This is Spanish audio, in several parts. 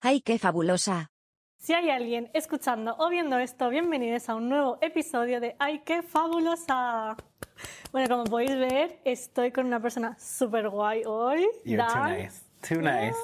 ¡Ay, qué fabulosa! Si hay alguien escuchando o viendo esto, bienvenidos a un nuevo episodio de ¡Ay, qué fabulosa! Bueno, como podéis ver, estoy con una persona súper guay hoy. You're too nice. Too nice.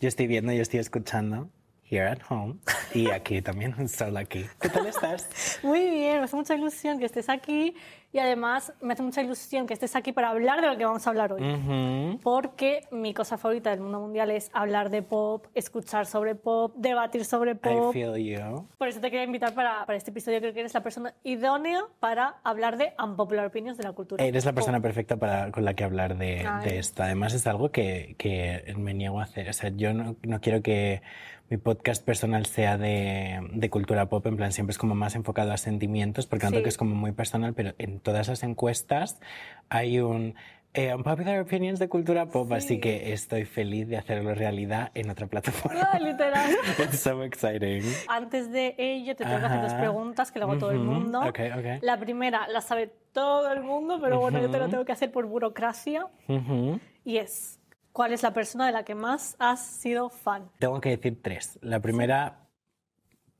Yo estoy viendo, yo estoy escuchando. Here at home. Y aquí también, un sol aquí. ¿Qué tal estás? Muy bien, me hace mucha ilusión que estés aquí y además me hace mucha ilusión que estés aquí para hablar de lo que vamos a hablar Mm. hoy. Ujú. Porque mi cosa favorita del mundo mundial es hablar de pop, escuchar sobre pop, debatir sobre I pop. feel you. Por eso te quería invitar para, para este episodio. Creo que eres la persona idónea para hablar de unpopular opinions de la cultura. Eres la persona Pop. perfecta para, con la que hablar de, Ay. de esto. Además, es algo que, que me niego a hacer. O sea, yo no, no quiero que mi podcast personal sea de, de cultura pop. En plan, siempre es como más enfocado a sentimientos, porque noto Sí. que es como muy personal, pero en todas las encuestas hay un... Eh, popular opinions de cultura pop, Sí. así que estoy feliz de hacerlo realidad en otra plataforma. Ah, literal. It's so exciting. Antes de ello, te tengo que hacer dos Ajá. preguntas que le hago a todo el Ujú. mundo. Ok, ok. La primera la sabe todo el mundo, pero bueno, yo te la Ujú. tengo que hacer por burocracia. Ujú. Y es, ¿cuál es la persona de la que más has sido fan? Tengo que decir tres. La primera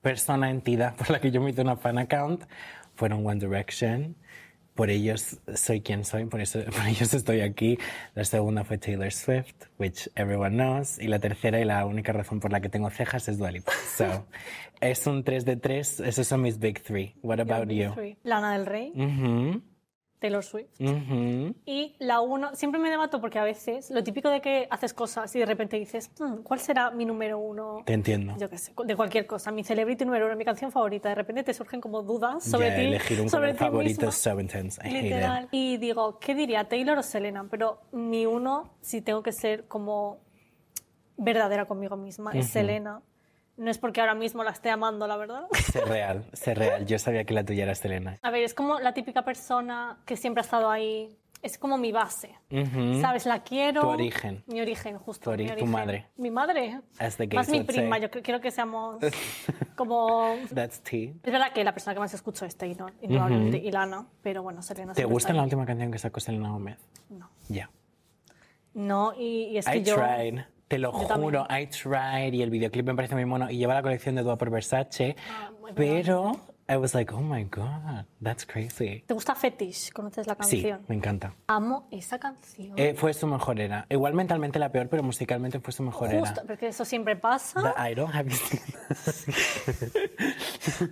persona, entidad por la que yo me hice una fan account fueron One Direction. Por ellos soy quien soy, por, eso, por ellos estoy aquí. La segunda fue Taylor Swift, which everyone knows. Y la tercera y la única razón por la que tengo cejas es Dua Lipa. So, es un 3 de 3. Esos son mis big three. What Your about you? big three. Lana del Rey, Mhm, Taylor Swift. mhm. Y la uno, siempre me debato porque a veces lo típico de que haces cosas y de repente dices, "Hmm, ¿cuál será mi número uno? Te entiendo. Yo qué sé, de cualquier cosa, mi celebrity número uno, mi canción favorita. De repente te surgen como dudas sobre Ya, ti. elegir un sobre color ti favorito misma. es so intense. I hate it. Literal. Y digo, ¿qué diría Taylor o Selena? Pero mi uno, si tengo que ser como verdadera conmigo misma, es Selena. No es porque ahora mismo la esté amando, la verdad. Sé real, sé real. Yo sabía que la tuya era Selena. A ver, es como la típica persona que siempre ha estado ahí. Es como mi base. Ujú. ¿Sabes? La quiero. Tu origen. Mi origen, justo. Tu ori- mi tu origen. madre. Mi madre. As the gays Más mi would prima. say. Yo cre- quiero que seamos como... That's tea. Es verdad que la persona que más escucho es Taylor, indudablemente, y Lana, pero bueno, Selena ¿Te siempre gusta está la ahí. última canción que sacó Selena Gómez? No. Ya. No, y, y es que I yo... tried. Te lo Yo también. juro, I tried. Y el videoclip me parece muy mono. Y lleva la colección de Dua por Versace. Ah, muy pero I was like, oh my God, that's crazy. ¿Te gusta Fetish? ¿Conoces la Sí, canción? me encanta. Amo esa canción. Eh, fue su mejor era. Igual mentalmente la peor, pero musicalmente fue su mejor Justo, Ah. era. porque eso siempre pasa. The Idol, have you seen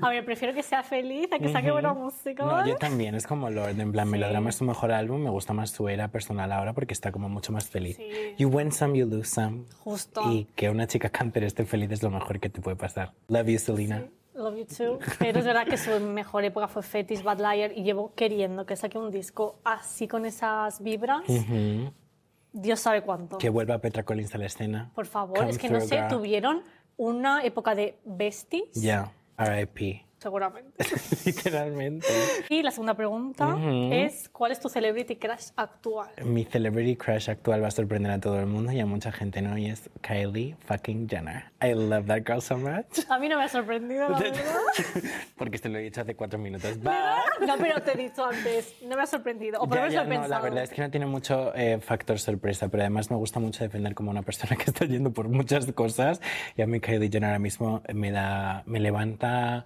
A ver, prefiero que sea feliz a que saque buena música. No, ¿vale? yo también, es como Lord, en plan, Melodrama es su mejor álbum, me gusta más su era personal ahora porque está como mucho más feliz. Sí. You win some, you lose some. Justo. Y que una chica cáncer esté feliz es lo mejor que te puede pasar. Love you, Selena. Love you too. Pero es verdad que su mejor época fue Fetish, Bad Liar, y llevo queriendo que saque un disco así con esas vibras. Ujú. Dios sabe cuánto. Que vuelva Petra Collins a la escena. Por favor, Come es que no through, sé, girl. tuvieron una época de besties, Ya, RIP. seguramente. Literalmente. Y la segunda pregunta Ujú. es, ¿cuál es tu celebrity crush actual? Mi celebrity crush actual va a sorprender a todo el mundo y a mucha gente, ¿no? Y es Kylie fucking Jenner. I love that girl so much. A mí no me ha sorprendido, la verdad. Porque te lo he dicho hace cuatro minutos. Bye. No, pero te he dicho antes, no me ha sorprendido. O por lo menos lo Ya, ya, he no, la pensado. verdad es que no tiene mucho eh, factor sorpresa, pero además me gusta mucho defender como una persona que está yendo por muchas cosas. Y a mí Kylie Jenner ahora mismo me da, me levanta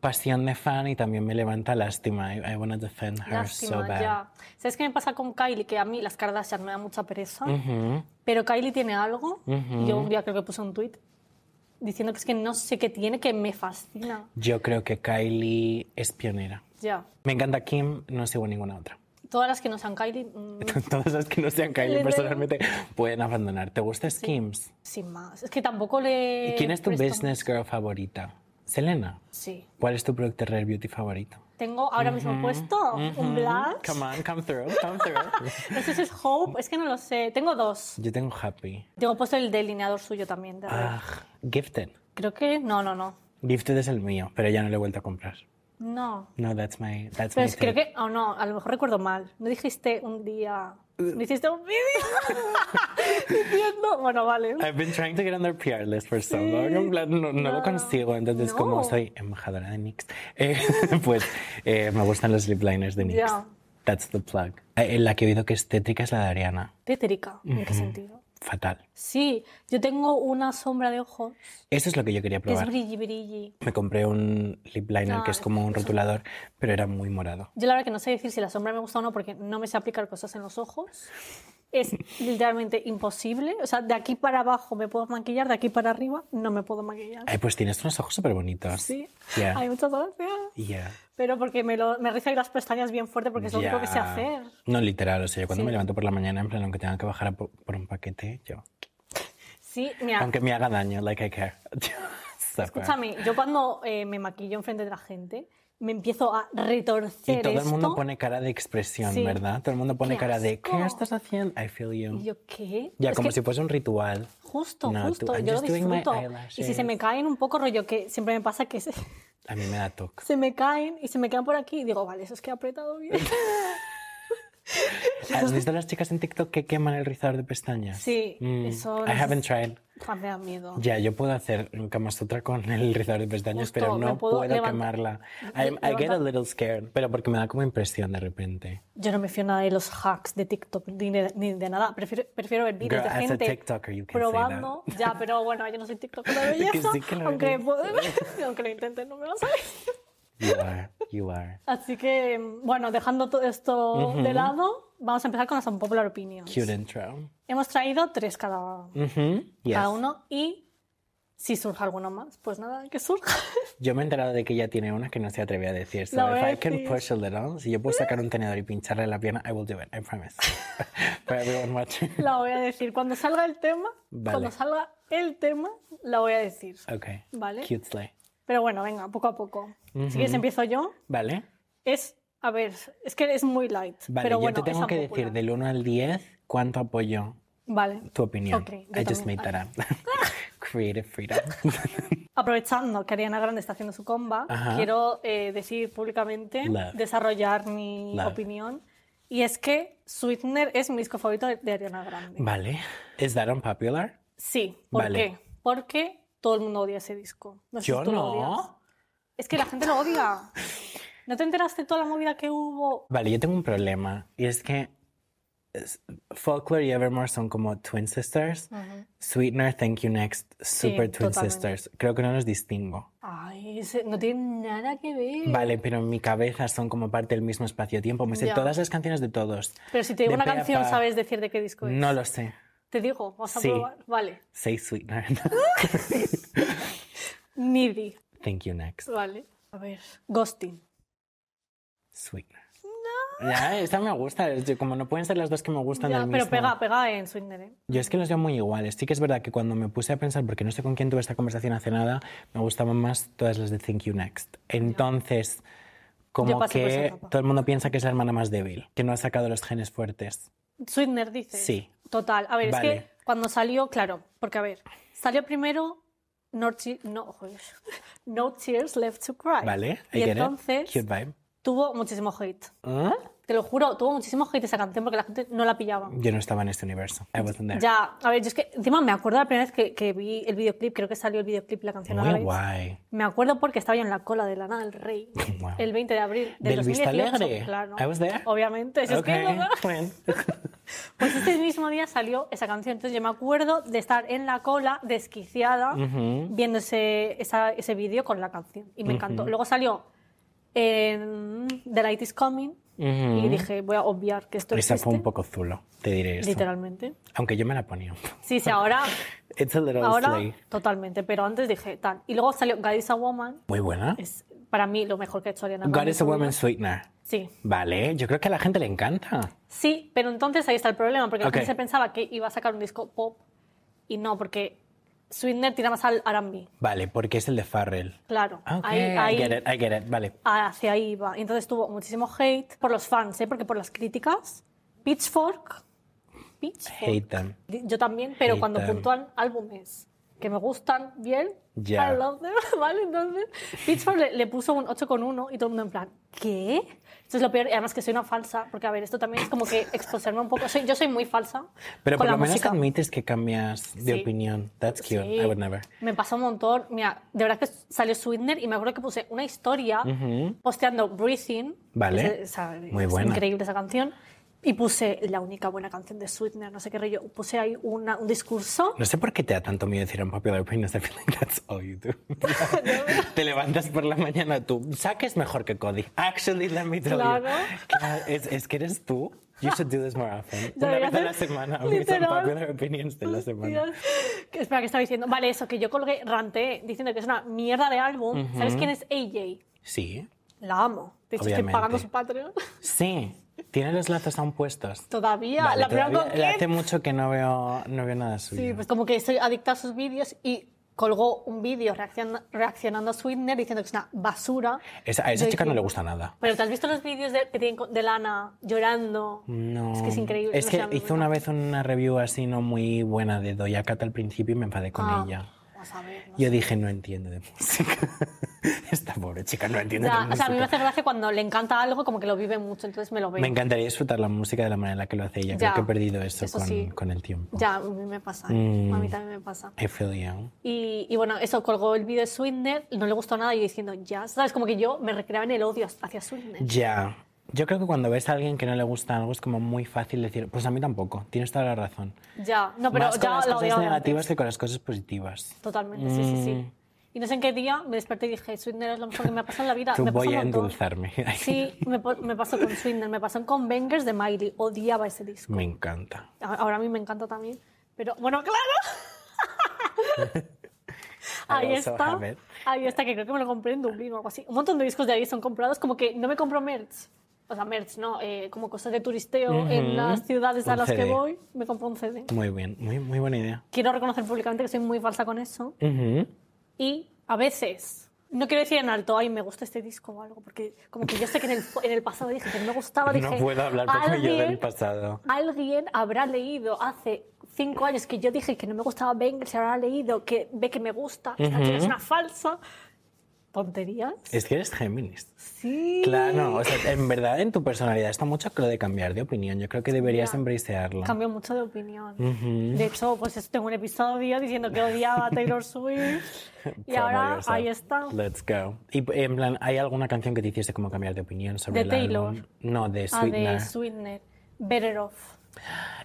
pasión de fan y también me levanta lástima. I, I wanna defend her so Lástima, bad. ya. ¿Sabes qué me pasa con Kylie? Que a mí las Kardashian me da mucha pereza, Ujú. pero Kylie tiene algo. Ujú. Yo un día creo que puse un tuit diciendo que es que no sé qué tiene, que me fascina. Yo creo que Kylie es pionera. Ya. Me encanta Kim, no sigo ninguna otra. Todas las que no sean Kylie, mm, Todas las que no sean Kylie Literal. personalmente pueden abandonar. ¿Te gusta Skims? sin más. Es que tampoco le... ¿Y quién es tu presto- business girl favorita? Selena. Sí. ¿Cuál es tu producto Rare Beauty favorito? Tengo ahora mismo puesto un blush. Come on, come through, come through. No sé si es Hope, es que no lo sé. Tengo dos. Yo tengo Happy. Tengo puesto el delineador suyo también. de Rey. Ah, Gifted. Creo que... No, no, no. Gifted es el mío, pero ya no lo he vuelto a comprar. No. No, that's my, that's Pero my es- creo take. que... Oh, no, a lo mejor recuerdo mal. No dijiste un día... Eh. No hiciste un vídeo diciendo... Bueno, vale. I've been trying to get on their PR list for so long. En plan, no, no lo consigo. Entonces, No. como soy embajadora de NYX, eh, pues eh, me gustan los lip liners de NYX. Ya. eh, That's the plug. Eh, La que he oído que es tétrica es la de Ariana. Tétrica. ¿En qué sentido? fatal. Sí, yo tengo una sombra de ojos Eso es lo que yo quería que es Ah, probar. brilli brilli. Me compré un lip liner No, que es es como un rotulador, pero era muy morado. Yo la verdad que no sé decir si la sombra me gusta o no porque no me sé aplicar cosas en los ojos. Es literalmente imposible. O sea, de aquí para abajo me puedo maquillar, de aquí para arriba no me puedo maquillar. Ay, pues tienes unos ojos súper bonitos. Sí. Ya. Ay, muchas gracias. Ya. Pero porque me, lo, me rizo ahí las pestañas bien fuerte porque es lo único que sé Ya. hacer. No, literal. O sea, yo cuando Sí. me levanto por la mañana, en plan, aunque tenga que bajar a por, por un paquete, yo. Sí, mira, Aunque me haga daño, like I care. Súper. escúchame, yo cuando eh, me maquillo enfrente de la gente, me empiezo a retorcer Y todo el mundo esto. pone cara de expresión, Sí. ¿verdad? Todo el mundo pone ¡Qué cara de, ¿qué asco! estás haciendo? I feel you. Y yo, ¿qué? ya, Es como que si fuese un ritual. Justo, No, tú, justo, I'm yo lo just doing my disfruto. Y si eyelashes. se me caen un poco, rollo que siempre me pasa que se, A mí me da toque. se me caen y se me quedan por aquí y digo, vale, eso es que he apretado bien. Ah, ¿Has visto las chicas en TikTok que queman el rizador de pestañas? Sí, Mm, eso I no sé haven't tried. Ah, me da miedo. Ya, yo puedo hacer un Kamasutra con el rizador de pestañas, Justo, pero me no puedo puedo, levant- quemarla. le- I'm- I get a levantar- little scared, pero porque me da como impresión de repente. Yo no me fío nada de los hacks de TikTok ni de, ni de nada. Prefiero, prefiero ver vídeos Girl, de as a gente TikToker, you can say probando. Ya, pero bueno, yo no soy TikToker de Que belleza. sí que lo aunque, eres. puedo- aunque lo intente, no me lo sabes. You are, you are. Así que, bueno, dejando todo esto de lado, vamos a empezar con las unpopular opinions. Cute intro. Hemos traído tres cada, Ujú, yes. cada uno y si surge alguno más, pues nada, que surja. Yo me he enterado de que ella tiene una que no se atreve a decir. So La voy if a I can decir. push a little, si yo puedo sacar un tenedor y pincharle la pierna, I will do it, I promise. For everyone watching. La voy a decir cuando salga el tema. Vale. Cuando salga el tema, la voy a decir. Okay. Vale. Cute slay. Pero bueno, venga, poco a poco. Si quieres empiezo yo. Vale. Es, a ver, es que es muy light. Vale, pero yo bueno, te tengo es que unpopular. decir del 1 al 10 cuánto apoyo Vale. tu opinión. Ok, yo I just también. made that up. Creative freedom. Aprovechando que Ariana Grande está haciendo su comba, Ajá. quiero eh, decir públicamente, Love. desarrollar mi Love. opinión. Y es que Sweetener es mi disco favorito de, de Ariana Grande. vale. ¿Is that unpopular? Sí, ¿por Vale. qué? Porque todo el mundo odia ese disco. No sé si Yo tú lo odias. no. Es que la gente lo odia. ¿No te enteraste de toda la movida que hubo? Vale, yo tengo un problema. Y es que es- Folklore y Evermore son como twin sisters. Sweetener, Thank You Next, super twin totalmente. sisters. Creo que no los distingo. Ay, ese- no tiene nada que ver. Vale, pero en mi cabeza son como parte del mismo espacio-tiempo. Me sé Ya. todas las canciones de todos. Pero si te digo de una pe a canción, pa. sabes decir de qué disco es. No lo sé. Te digo, vas a Sí. probar. Vale. Say Sweetener. Needy. Thank You Next, Vale. A ver. Ghosting. Sweetener. Ya, esta me gusta. Es de- como no pueden ser las dos que me gustan Ya, del pero mismo. pega, pega en Sweetener, ¿eh? Yo es que los veo muy iguales. Sí que es verdad que cuando me puse a pensar, porque no sé con quién tuve esta conversación hace nada, me gustaban más todas las de Thank You Next. Entonces, Yo como pasé por esa que etapa. todo el mundo piensa que es la hermana más débil, que no ha sacado los genes fuertes. Sweetener dices. Sí. Total. A ver, es Vale. que cuando salió, claro, porque a ver, salió primero No, Che- no, joder. no Tears Left to Cry. ¿Vale? I Y get it. entonces Cute vibe. tuvo muchísimo hate. ¿Ah? Te lo juro, tuvo muchísimo hate esa canción porque la gente no la pillaba. Yo no estaba en este universo. I wasn't there. Ya, a ver, yo es que encima me acuerdo la primera vez que, que vi el videoclip, creo que salió el videoclip y la canción a la Muy vez. guay. Me acuerdo porque estaba yo en la cola de la nada del rey Wow. el 20 de abril del, ¿Del 2018, Vistalegre? claro. I was there. Obviamente, si es que- Okay, fine. pues este mismo día salió esa canción, entonces yo me acuerdo de estar en la cola desquiciada viendo ese, esa- ese vídeo con la canción y me encantó. Luego salió en The Light Is Coming Ujú. y dije, voy a obviar que esto Esa existe, fue un poco zulo, te diré eso. literalmente. Aunque yo me la ponía. Sí, sí, ahora, It's a little ahora slay. totalmente, pero antes dije tal. Y luego salió God Is a Woman, Muy buena. es para mí lo mejor que ha hecho Ariana God Grande en is a su vida. woman sweetener. Sí, Vale, yo creo que a la gente le encanta. Sí, pero entonces ahí está el problema, porque la Ok. gente se pensaba que iba a sacar un disco pop y no, porque Sweetener tira más al R&B, Vale, porque es el de Farrell. claro. Ah, Ok, ahí, I get ahí, it, I get it. Vale. hacia ahí iba. Y Entonces tuvo muchísimo hate por los fans, ¿eh? porque por las críticas, Pitchfork, Pitchfork, Hate them. di- yo también, pero Hate cuando them. puntúan álbumes que me gustan bien, Ya. I love them, ¿vale? Entonces Pitchfork le, le puso un 8,1 y todo el mundo en plan, ¿qué? Esto es lo peor, y además que soy una falsa, porque a ver, esto también es como que exponerme un poco, soy, yo soy muy falsa Pero con por la lo menos música. admites que cambias de Sí. opinión. That's cute. Sí. I would never. Me pasó un montón. Mira, de verdad que salió Sweetener y me acuerdo que puse una historia posteando Breathing. Vale. Es, o sea, Muy es buena. increíble esa canción. Y puse la única buena canción de Sweetener, no sé qué rollo. Puse ahí una- un discurso. No sé por qué te da tanto miedo decir unpopular opinions. I feel like that's all you do. te levantas por la mañana tú. Zac es mejor que Cody. Actually, let me tell Claro. you. Claro. Es, es que eres tú. You should do this more often. Ya Una vez verás, a la semana. Mis literal. unpopular opinions de la semana. Dios. Que, espera, ¿qué estaba diciendo? Vale, eso, que yo colgué, ranté, diciendo que es una mierda de álbum. ¿Sabes quién es AJ? Sí. La amo. De hecho, estoy Obviamente. pagando su Patreon. Sí. Tiene los lazos aún puestos. Todavía, Vale, la primera todavía- con Kid. Hace mucho que no veo, no veo nada suyo. Sí, pues como que estoy adicta a sus vídeos y colgó un vídeo reaccion- reaccionando a Sweetener diciendo que es una basura. Esa- a esa Yo chica no dije, le gusta nada. Pero ¿te has visto los vídeos de, que tienen con- de Lana llorando? No. Es que es increíble. Es no que sé, a mí hizo me una vez una review así no muy buena de Doja Cat al principio y me enfadé con encanta. ella. Ah, vamos a ver, no Yo dije, no entiendo de música. Esta pobre chica no entiende de Ya, o música. sea, a mí me hace gracia cuando le encanta algo, como que lo vive mucho, entonces me lo veo. Me encantaría disfrutar la música de la manera en la que lo hace ella. Ya, Creo que he perdido eso, eso con, sí. con el tiempo. Ya, a mí me pasa. ¿eh? Mm. A mí también me pasa. I feel you. Y, y bueno, eso, colgó el vídeo de Sweetener, no le gustó nada, y yo diciendo, ya, ¿sabes? Como que yo me recreaba en el odio hacia Sweetener. Ya. Yo creo que cuando ves a alguien que no le gusta algo es como muy fácil decir, pues a mí tampoco, tienes toda la razón. Ya, no, pero Más con ya las la cosas odiaba. de antes. negativas que con las cosas positivas. Totalmente, sí, sí, sí. Mm. Y no sé en qué día me desperté y dije, Sweetener es lo mejor que me ha pasado en la vida. Tú Ah, me pasó un voy a montón. endulzarme. Sí, me, po- me pasó con Sweetener, me pasó con Bangers de Miley, odiaba ese disco. Me encanta. A- Ahora a mí me encanta también, pero bueno, claro. Ahí I also está, have it. ahí está, que creo que me lo compré en Dublín o algo así. Un montón de discos de ahí son comprados, como que no me compro merch, o sea, merch, no, eh, como cosas de turisteo en Ujú. las ciudades a Un las que CD. voy, me compro un CD. Muy bien, muy, muy buena idea. Quiero reconocer públicamente que soy muy falsa con eso, Ujú. Y a veces, no quiero decir en alto, ay, me gusta este disco o algo, porque como que yo sé que en el, en el pasado dije que no me gustaba, dije, No puedo hablar porque yo "Alguien- del pasado. Alguien habrá leído hace cinco años que yo dije que no me gustaba Bengals, habrá leído que ve que me gusta, esta chica es una falsa. ¿Tonterías? Es que eres Géminis. Sí. Claro, o sea, en verdad en tu personalidad está mucho lo de cambiar de opinión. Yo creo que deberías Ya. embracearlo. Cambio mucho de opinión. De hecho, pues eso, tengo un episodio diciendo que odiaba a Taylor Swift y Promo ahora yourself. ahí está. Let's go. Y en plan, ¿hay alguna canción que te hiciese como cambiar de opinión sobre De el Taylor. álbum? No, de A de Sweetener. Sweetener, Better Off.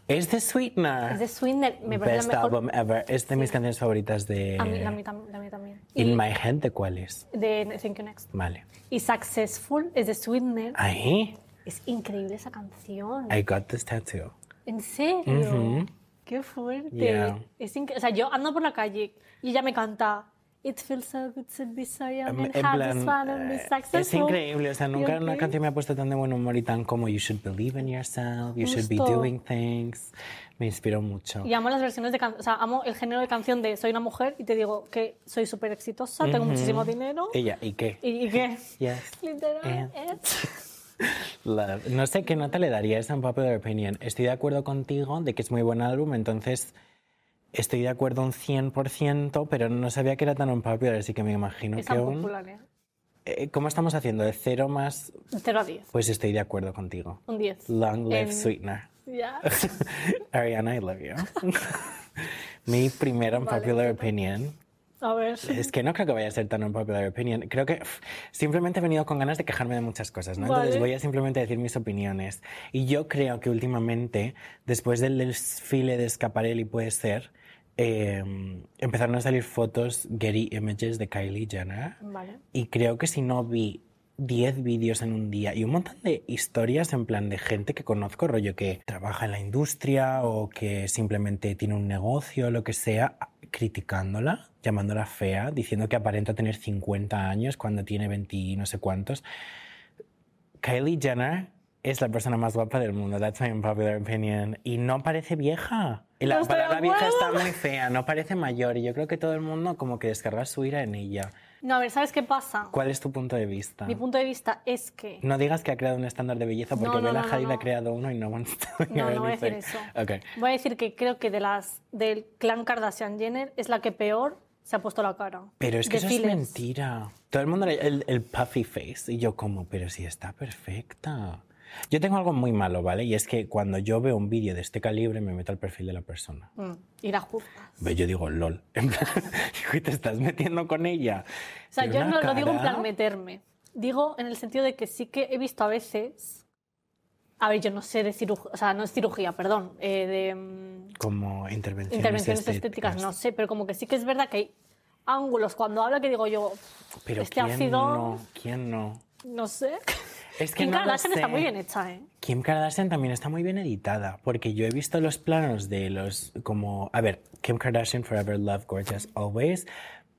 Es de Sweetener. Es de Swindler, me parece Best la mejor. album ever. Es de mis canciones favoritas de A mí, la, mí, tam- la mí también. In Y My Head, ¿de cuál es? de Thank You Next. Vale. Y Successful es de Swindler. Ahí. Es increíble esa canción. I got this tattoo. ¿En serio? Qué fuerte. Yeah. Es incre- o sea, yo ando por la calle y ella me canta It feels so good to be so young Em, and en have plan, this fun and be eh, successful. es increíble, o sea, Y nunca ok. una canción me ha puesto tan de buen humor y tan como You should believe in yourself, you should be Justo. doing things. Me inspiró mucho. Y amo las versiones de canción, o sea, amo el género de canción de soy una mujer y te digo que soy súper exitosa, tengo muchísimo dinero y, Ella, ¿y qué? y que... Yes. Literal. eh. es- Love. No sé qué nota le daría a esa Unpopular Opinion. Estoy de acuerdo contigo de que es muy buen álbum, entonces estoy de acuerdo un 100%, pero no sabía que era tan unpopular, así que me imagino Es que un... popular, ¿eh? Eh, ¿Cómo estamos haciendo? ¿De cero más...? 0 a 10. Pues estoy de acuerdo contigo. Un 10. Long live En- Sweetener. Ya. Ariana, I love you. Mi primera unpopular opinion. A ver. Es que no creo que vaya a ser tan unpopular opinion. Creo que pff, simplemente he venido con ganas de quejarme de muchas cosas, ¿no? Entonces Vale. voy a simplemente decir mis opiniones. Y yo creo que últimamente, después del desfile de Schiaparelli, puede ser, eh, empezaron a salir fotos Getty Images de Kylie Jenner. Vale. Y creo que si no vi 10 vídeos en un día y un montón de historias en plan de gente que conozco, rollo que trabaja en la industria o que simplemente tiene un negocio, lo que sea, a- criticándola, llamándola fea, diciendo que aparenta tener 50 años cuando tiene 20 y no sé cuántos. Kylie Jenner es la persona más guapa del mundo, that's my unpopular opinion, y no parece vieja. Y la No estoy de palabra vieja acuerdo. está muy fea, no parece mayor, y yo creo que todo el mundo como que descarga su ira en ella. No, a ver, ¿sabes qué pasa? ¿Cuál es tu punto de vista? Mi punto de vista es que. No digas que ha creado un estándar de belleza porque No, no, Bella no, no, Hadid no. ha creado uno y no wants to No, hear no voy a decir anything. eso. Okay. Voy a decir que creo que de las del clan Kardashian Jenner es la que peor se ha puesto la cara. Pero es que De eso fillers. es mentira. Todo el mundo, le- el, el puffy face. Y yo como, pero si está perfecta. Yo tengo algo muy malo, ¿vale? Y es que cuando yo veo un vídeo de este calibre me meto al perfil de la persona. Mm, y la juzgas. Ve, Yo digo, lol. En plan, ¿qué te estás metiendo con ella? O sea, Tiene yo una no lo digo en cara- plan meterme. Digo en el sentido de que sí que he visto a veces A ver, yo no sé de cirugía, o sea, no es cirugía, perdón, eh, de mm, Como intervenciones, intervenciones estéticas, no sé, pero como que sí que es verdad que hay ángulos cuando habla que digo yo, Pero este ¿quién ácido, no? ¿Quién no? no sé. Es que Kim no lo Kardashian está sé. muy bien hecha, ¿eh? Kim Kardashian también está muy bien editada, porque yo he visto los planos de los como, a ver, Kim Kardashian Forever Love Gorgeous Always,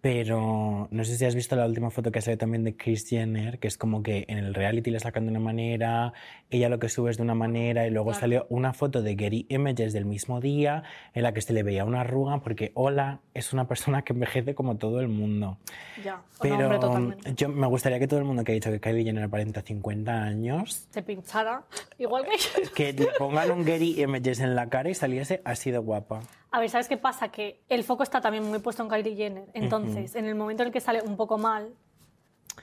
pero no sé si has visto la última foto que sale también de Kris Jenner, que es como que en el reality la sacan de una manera, ella lo que sube es de una manera y luego Claro. salió una foto de Getty Images del mismo día en la que se le veía una arruga porque hola, es una persona que envejece como todo el mundo. Ya, o no, Pero hombre, totalmente. yo me gustaría que todo el mundo que ha dicho que Kylie Jenner aparenta 50 años Se pinchara, igual que... que le pongan un Getty Images en la cara y saliese así de guapa. A ver, ¿sabes qué pasa? Que el foco está también muy puesto en Kylie Jenner. Entonces, en el momento en el que sale un poco mal,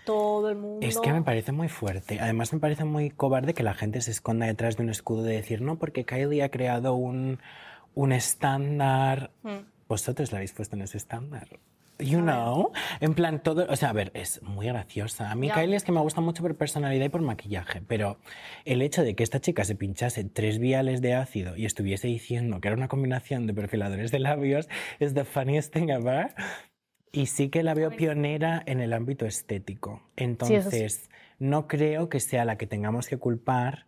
todo el mundo... Es que me parece muy fuerte. Además, me parece muy cobarde que la gente se esconda detrás de un escudo de decir, no, porque Kylie ha creado un, un estándar. Mm. Vosotros la habéis puesto en ese estándar. You know, en plan todo, o sea, a ver, es muy graciosa. A mí Ya. Kylie es que me gusta mucho por personalidad y por maquillaje, pero el hecho de que esta chica se pinchase tres viales de ácido y estuviese diciendo que era una combinación de perfiladores de labios es the funniest thing ever. Y sí que la veo pionera en el ámbito estético. sí. Entonces, no creo que sea la que tengamos que culpar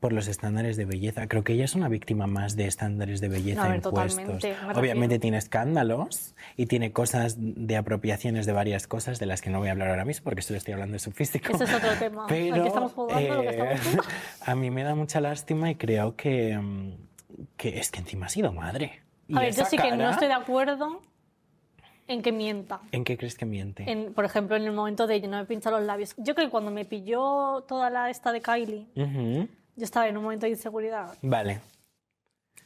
por los estándares de belleza. Creo que ella es una víctima más de estándares de belleza A ver, impuestos. totalmente, me refiero. Obviamente tiene escándalos y tiene cosas de apropiaciones de varias cosas de las que no voy a hablar ahora mismo porque solo estoy hablando de su físico. Ese es otro tema. Pero, Aquí estamos jugando lo que eh, estamos jugando. a mí me da mucha lástima y creo que, mm, que es que encima ha sido madre. Y A ver, yo esa sí que no cara, estoy de acuerdo en que mienta. ¿En qué crees que miente? En, por ejemplo, en el momento de yo no me pinchar los labios. Yo creo que cuando me pilló toda la esta de Kylie, Ujú. yo estaba en un momento de inseguridad Vale,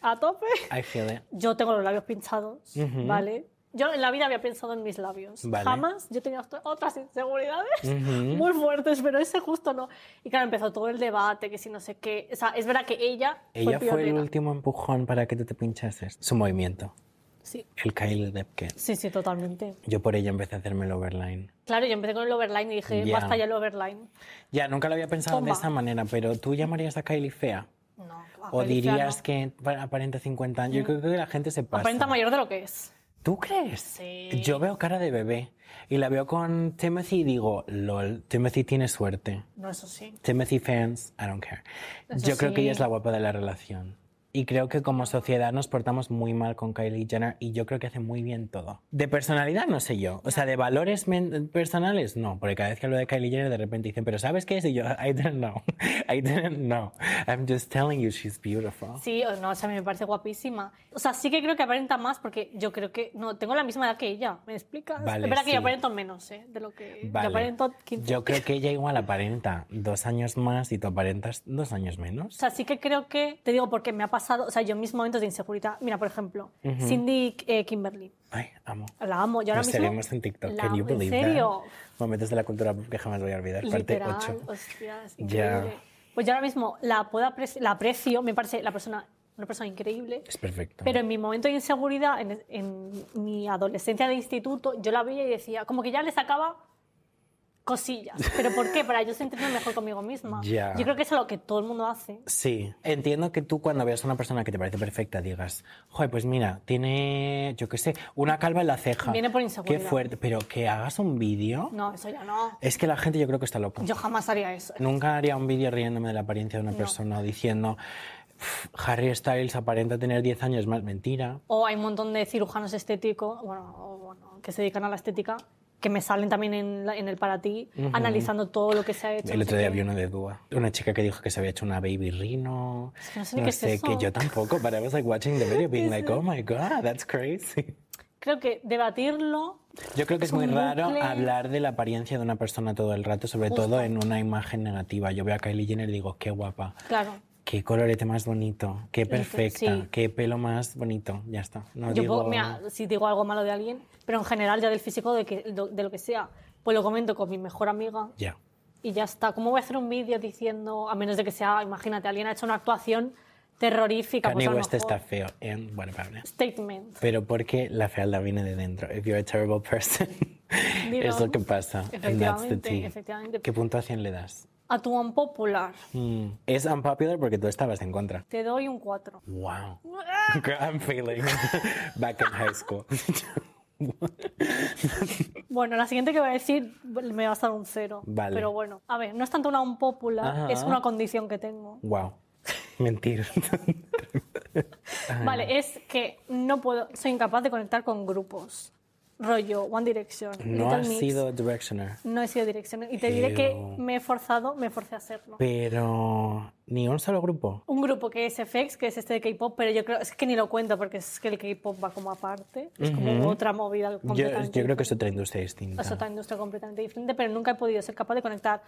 a tope. I feel it. Yo tengo los labios pinchados, Ujú. ¿vale? Yo en la vida había pensado en mis labios. Vale. Jamás. Yo tenía otro- otras inseguridades Ujú. muy fuertes, pero ese justo no. Y claro, empezó todo el debate, que si no sé qué. O sea, es verdad que ella, Ella fue fue, el pionera. último empujón para que tú te pinchases. Su movimiento, Sí, el Kylie Depke. sí, sí, totalmente. Yo por ella empecé a hacerme el overline. Claro, yo empecé con el overline y dije, Ya. basta ya el overline. Ya, nunca lo había pensado Toma. de esa manera, pero ¿tú llamarías a Kylie fea? No, ¿O Alicia, dirías no. que pa- aparenta 50 años? Yo creo que la gente se pasa. Aparenta mayor de lo que es. ¿Tú crees? Sí. Yo veo cara de bebé y la veo con Timothy y digo, lol, Timothy tiene suerte. No, eso sí. Timothy fans, I don't care. Eso Yo creo que ella sí. es la guapa de la relación. Y creo que como sociedad nos portamos muy mal con Kylie Jenner y yo creo que hace muy bien todo. De personalidad, no sé yo. O sea, de valores men- personales, no. Porque cada vez que hablo de Kylie Jenner de repente dicen, pero ¿sabes qué es? Y yo, I don't know. I didn't know. I'm just telling you she's beautiful. Sí, o no, o sea, me parece guapísima. O sea, sí que creo que aparenta más porque yo creo que. No, tengo la misma edad que ella, ¿me explicas? Vale, es verdad que yo sí. aparento menos, ¿eh? De lo que. Vale. Yo aparento 15. Yo creo que ella igual aparenta dos años más y tú aparentas dos años O menos. sea, sí que creo que. Te digo porque me ha pasado. O sea, yo en mis momentos de inseguridad. Mira, por ejemplo, Cindy eh, Kimberly. Ay, amo. La amo. Yo ahora Nos mismo. seguimos en TikTok. la Can you amo, ¿en believe that? serio? Momentos de la cultura pop que jamás voy a olvidar. Literal, parte 8. hostias, Ya. increíble. Pues yo ahora mismo la puedo apreci- la aprecio, me parece la persona, una persona increíble. Es perfecto. Pero en mi momento de inseguridad, en, en mi adolescencia de instituto, yo la veía y decía, como que ya le sacaba cosillas. ¿Pero por qué? Para yo sentirme mejor conmigo misma. Ya. Yo creo que eso es lo que todo el mundo hace. Sí, entiendo que tú cuando veas a una persona que te parece perfecta digas, joder, pues mira, tiene, yo qué sé, una calva en la ceja. Viene por Qué inseguridad. fuerte, pero que hagas un vídeo. No, eso ya no. Es que la gente yo creo que está loca. Yo jamás haría eso. Nunca haría un vídeo riéndome de la apariencia de una persona o diciendo, "Uf, Harry Styles aparenta tener 10 años más. Mentira. O hay un montón de cirujanos estéticos, bueno, o, bueno, que se dedican a la estética, que me salen también en, la- en el para ti, analizando todo lo que se ha hecho. El no otro sé día qué. vi uno de Dua. Una chica que dijo que se había hecho una baby rino. que no sé ni qué es que eso. yo tampoco, but I was like watching the video being like, oh my god, that's crazy. Creo que debatirlo, Yo creo que es Es muy un raro bucle. hablar de la apariencia de una persona todo el rato, sobre todo en una imagen negativa. Yo veo a Kylie Jenner y digo, qué guapa, claro. qué colorete más bonito, qué perfecta, sí. qué pelo más bonito. Ya está. No Yo Ah, digo... puedo- mira, si digo algo malo de alguien, pero en general ya del físico, de, que- de lo que sea, pues lo comento con mi mejor amiga Ya. y ya está. ¿Cómo voy a hacer un vídeo diciendo, a menos de que sea, imagínate, alguien ha hecho una actuación terrorífica? Pues Kanye a lo West mejor- está feo. And what about it? Statement. Pero porque la fealdad viene de dentro. If you're a terrible person, es Dilo. lo que pasa. And that's the Efectivamente, tea. efectivamente. ¿Qué puntuación le das a tu unpopular. Mm. Es unpopular porque tú estabas en contra. Te doy un 4. Wow. Girl, I'm feeling back in high school. Bueno, la siguiente que voy a decir me va a dar un 0. Vale. Pero bueno, a ver, no es tanto una unpopular, Ajá. es una condición que tengo. wow. Mentir. Vale, es que no puedo, soy incapaz de conectar con grupos. Rollo, One Direction, no Little has Mix. sido directioner, No he sido dirección y te diré que Pero- me he forzado, me forcé a hacerlo. pero ni un solo grupo. Un grupo que es FX, que es este de K-pop, pero yo creo, es que ni lo cuento porque es que el K-pop va como aparte, es como otra movida Yo, yo completamente. creo que es diferente. otra industria distinta. es otra industria completamente diferente, pero nunca he podido ser capaz de conectar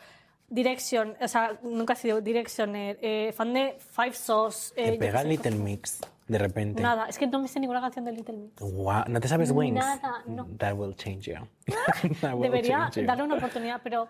dirección, o sea, nunca he sido directioner, eh, fan de Five Souls. eh, Te yo pega qué sé, Little Mix de repente. Nada, es que no me sé ninguna canción de Little Mix. Wow. ¿No te sabes Wings? Nada, no. That will change you. That will Debería change you. darle una oportunidad, pero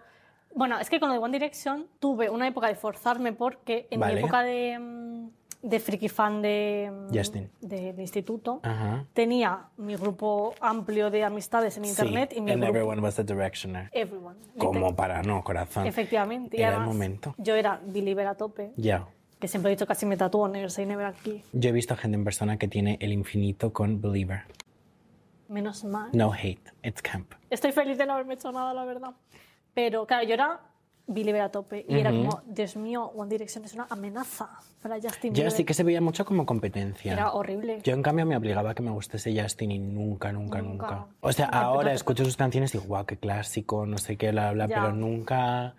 bueno, es que con lo de One Direction tuve una época de forzarme porque en Vale. mi época de, mm, de friki fan de, mm, Justin. Ah. del instituto Ajá. tenía mi grupo amplio de amistades en internet sí, y mi and grupo everyone was a directioner. everyone. Como para no, corazón. Efectivamente. y Ah, Era el además, momento. Yo era believer a tope, Ya. que siempre he dicho casi me tatuó Never y Never aquí. Yo he visto gente en persona que tiene el infinito con Believer. Menos mal. No hate, it's camp. Estoy feliz de no haberme hecho nada, la verdad. Pero claro, yo era Believer a tope y era como, Dios mío, One Direction es una amenaza para Justin Yo Bieber. sí que se veía mucho como competencia. Era horrible. Yo, en cambio, me obligaba a que me gustase Justin y nunca, nunca, nunca. Nunca. Pues O sea, Nunca empezó ahora a escucho sus canciones y guau, qué clásico, no sé qué, bla, bla, Ya. pero nunca.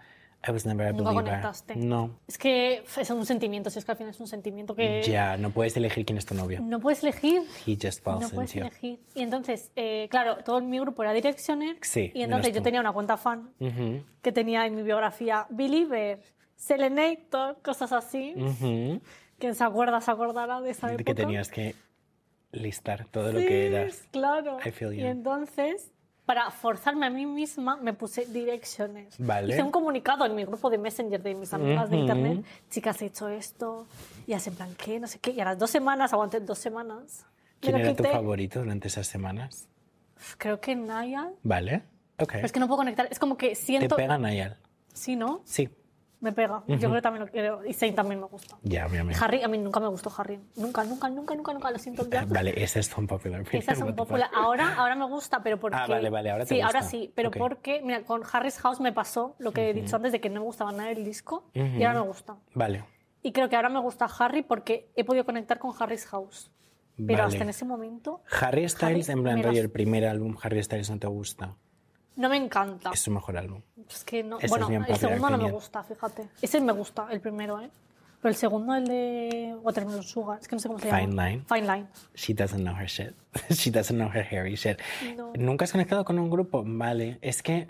I was never a Nunca believer. conectaste. No. Es que f- es un sentimiento, si es que al final es un sentimiento que Ya, no puedes elegir quién es tu novio. no puedes elegir. He just No falls puedes into you. elegir. Y entonces, eh, claro, todo mi grupo era Directioner. y Sí, menos entonces yo tú. tenía una cuenta fan Ujú, que tenía en mi biografía Believer, Selenator, cosas así. ujú. Quien se acuerda, se acordará de esa época. Mm. Que tenías que listar todo lo Sí, que eras. Claro. I feel Y you. entonces, para forzarme a mí misma, me puse direcciones. Vale. Hice un comunicado en mi grupo de Messenger de mis amigas de Ujú. internet. Chicas, he hecho esto. Y hacen plan, ¿qué? No sé qué. Y a las dos semanas, aguanté dos semanas. me ¿Quién lo era tu quité. favorito durante esas semanas? Creo que Naya. Vale. Ok. Pero es que no puedo conectar. Es como que ¿Eh? Te siento. pega Nayal. Sí, ¿no? Sí. Me pega. Yo creo que también lo quiero. Y Zayn también me gusta. Ya, mi amigo. Eh, Harry, a mí nunca me gustó Harry. Nunca, nunca, nunca, nunca, nunca. Lo siento ya. Vale, esa es un popular. Esas son popular. Ahora, ahora me gusta, pero porque... Ah, vale, vale, ahora te Sí, gusta. ahora sí, pero Ok. porque, mira, con Harry's House me pasó lo que he dicho antes de que no me gustaba nada el disco y Ujú. ahora me gusta. Vale. Y creo que ahora me gusta Harry porque he podido conectar con Harry's House. Pero Vale. hasta en ese momento Harry Styles, en plan, me la- rollo, el primer álbum Harry Styles no te gusta. no me encanta. Es Es, su mejor álbum. que no... esa es Bueno, mi el unpopular segundo no me opinion. gusta, fíjate. Ese me gusta, el primero, ¿eh? Pero el segundo, el de Watermelon Sugar, es que no sé cómo se Fine llama. Line. Fine Line. She doesn't know her shit. She doesn't know her Harry shit. No. ¿Nunca has conectado con un grupo? Vale. Es que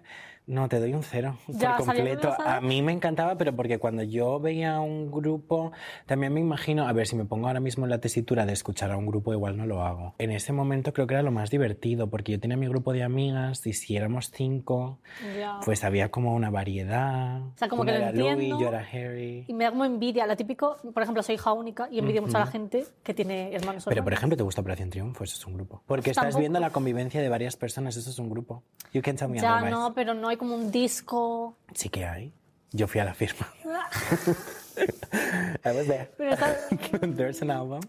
no, te doy un cero Ya, por salió de completo. los A mí me encantaba, pero porque cuando yo veía un grupo, también me imagino, a ver, si me pongo ahora mismo en la tesitura de escuchar a un grupo, igual no lo hago. En ese momento creo que era lo más divertido, porque yo tenía mi grupo de amigas y si éramos cinco, Ya. pues había como una variedad. O sea, como Una que lo era Louis, entiendo. yo era Harry. Y me da como envidia, la típico, por ejemplo, soy hija única y envidio mucho a la gente que tiene hermanos o Pero, por hermanas. ejemplo, ¿te gusta Operación Triunfo? Eso es un grupo. Porque estás Tampoco. viendo la convivencia de varias personas. Eso es un grupo. You can tell me Ya otherwise. no, pero no hay como un disco. Sí que hay. Yo fui a la firma. I was there. Pero está- There's an album.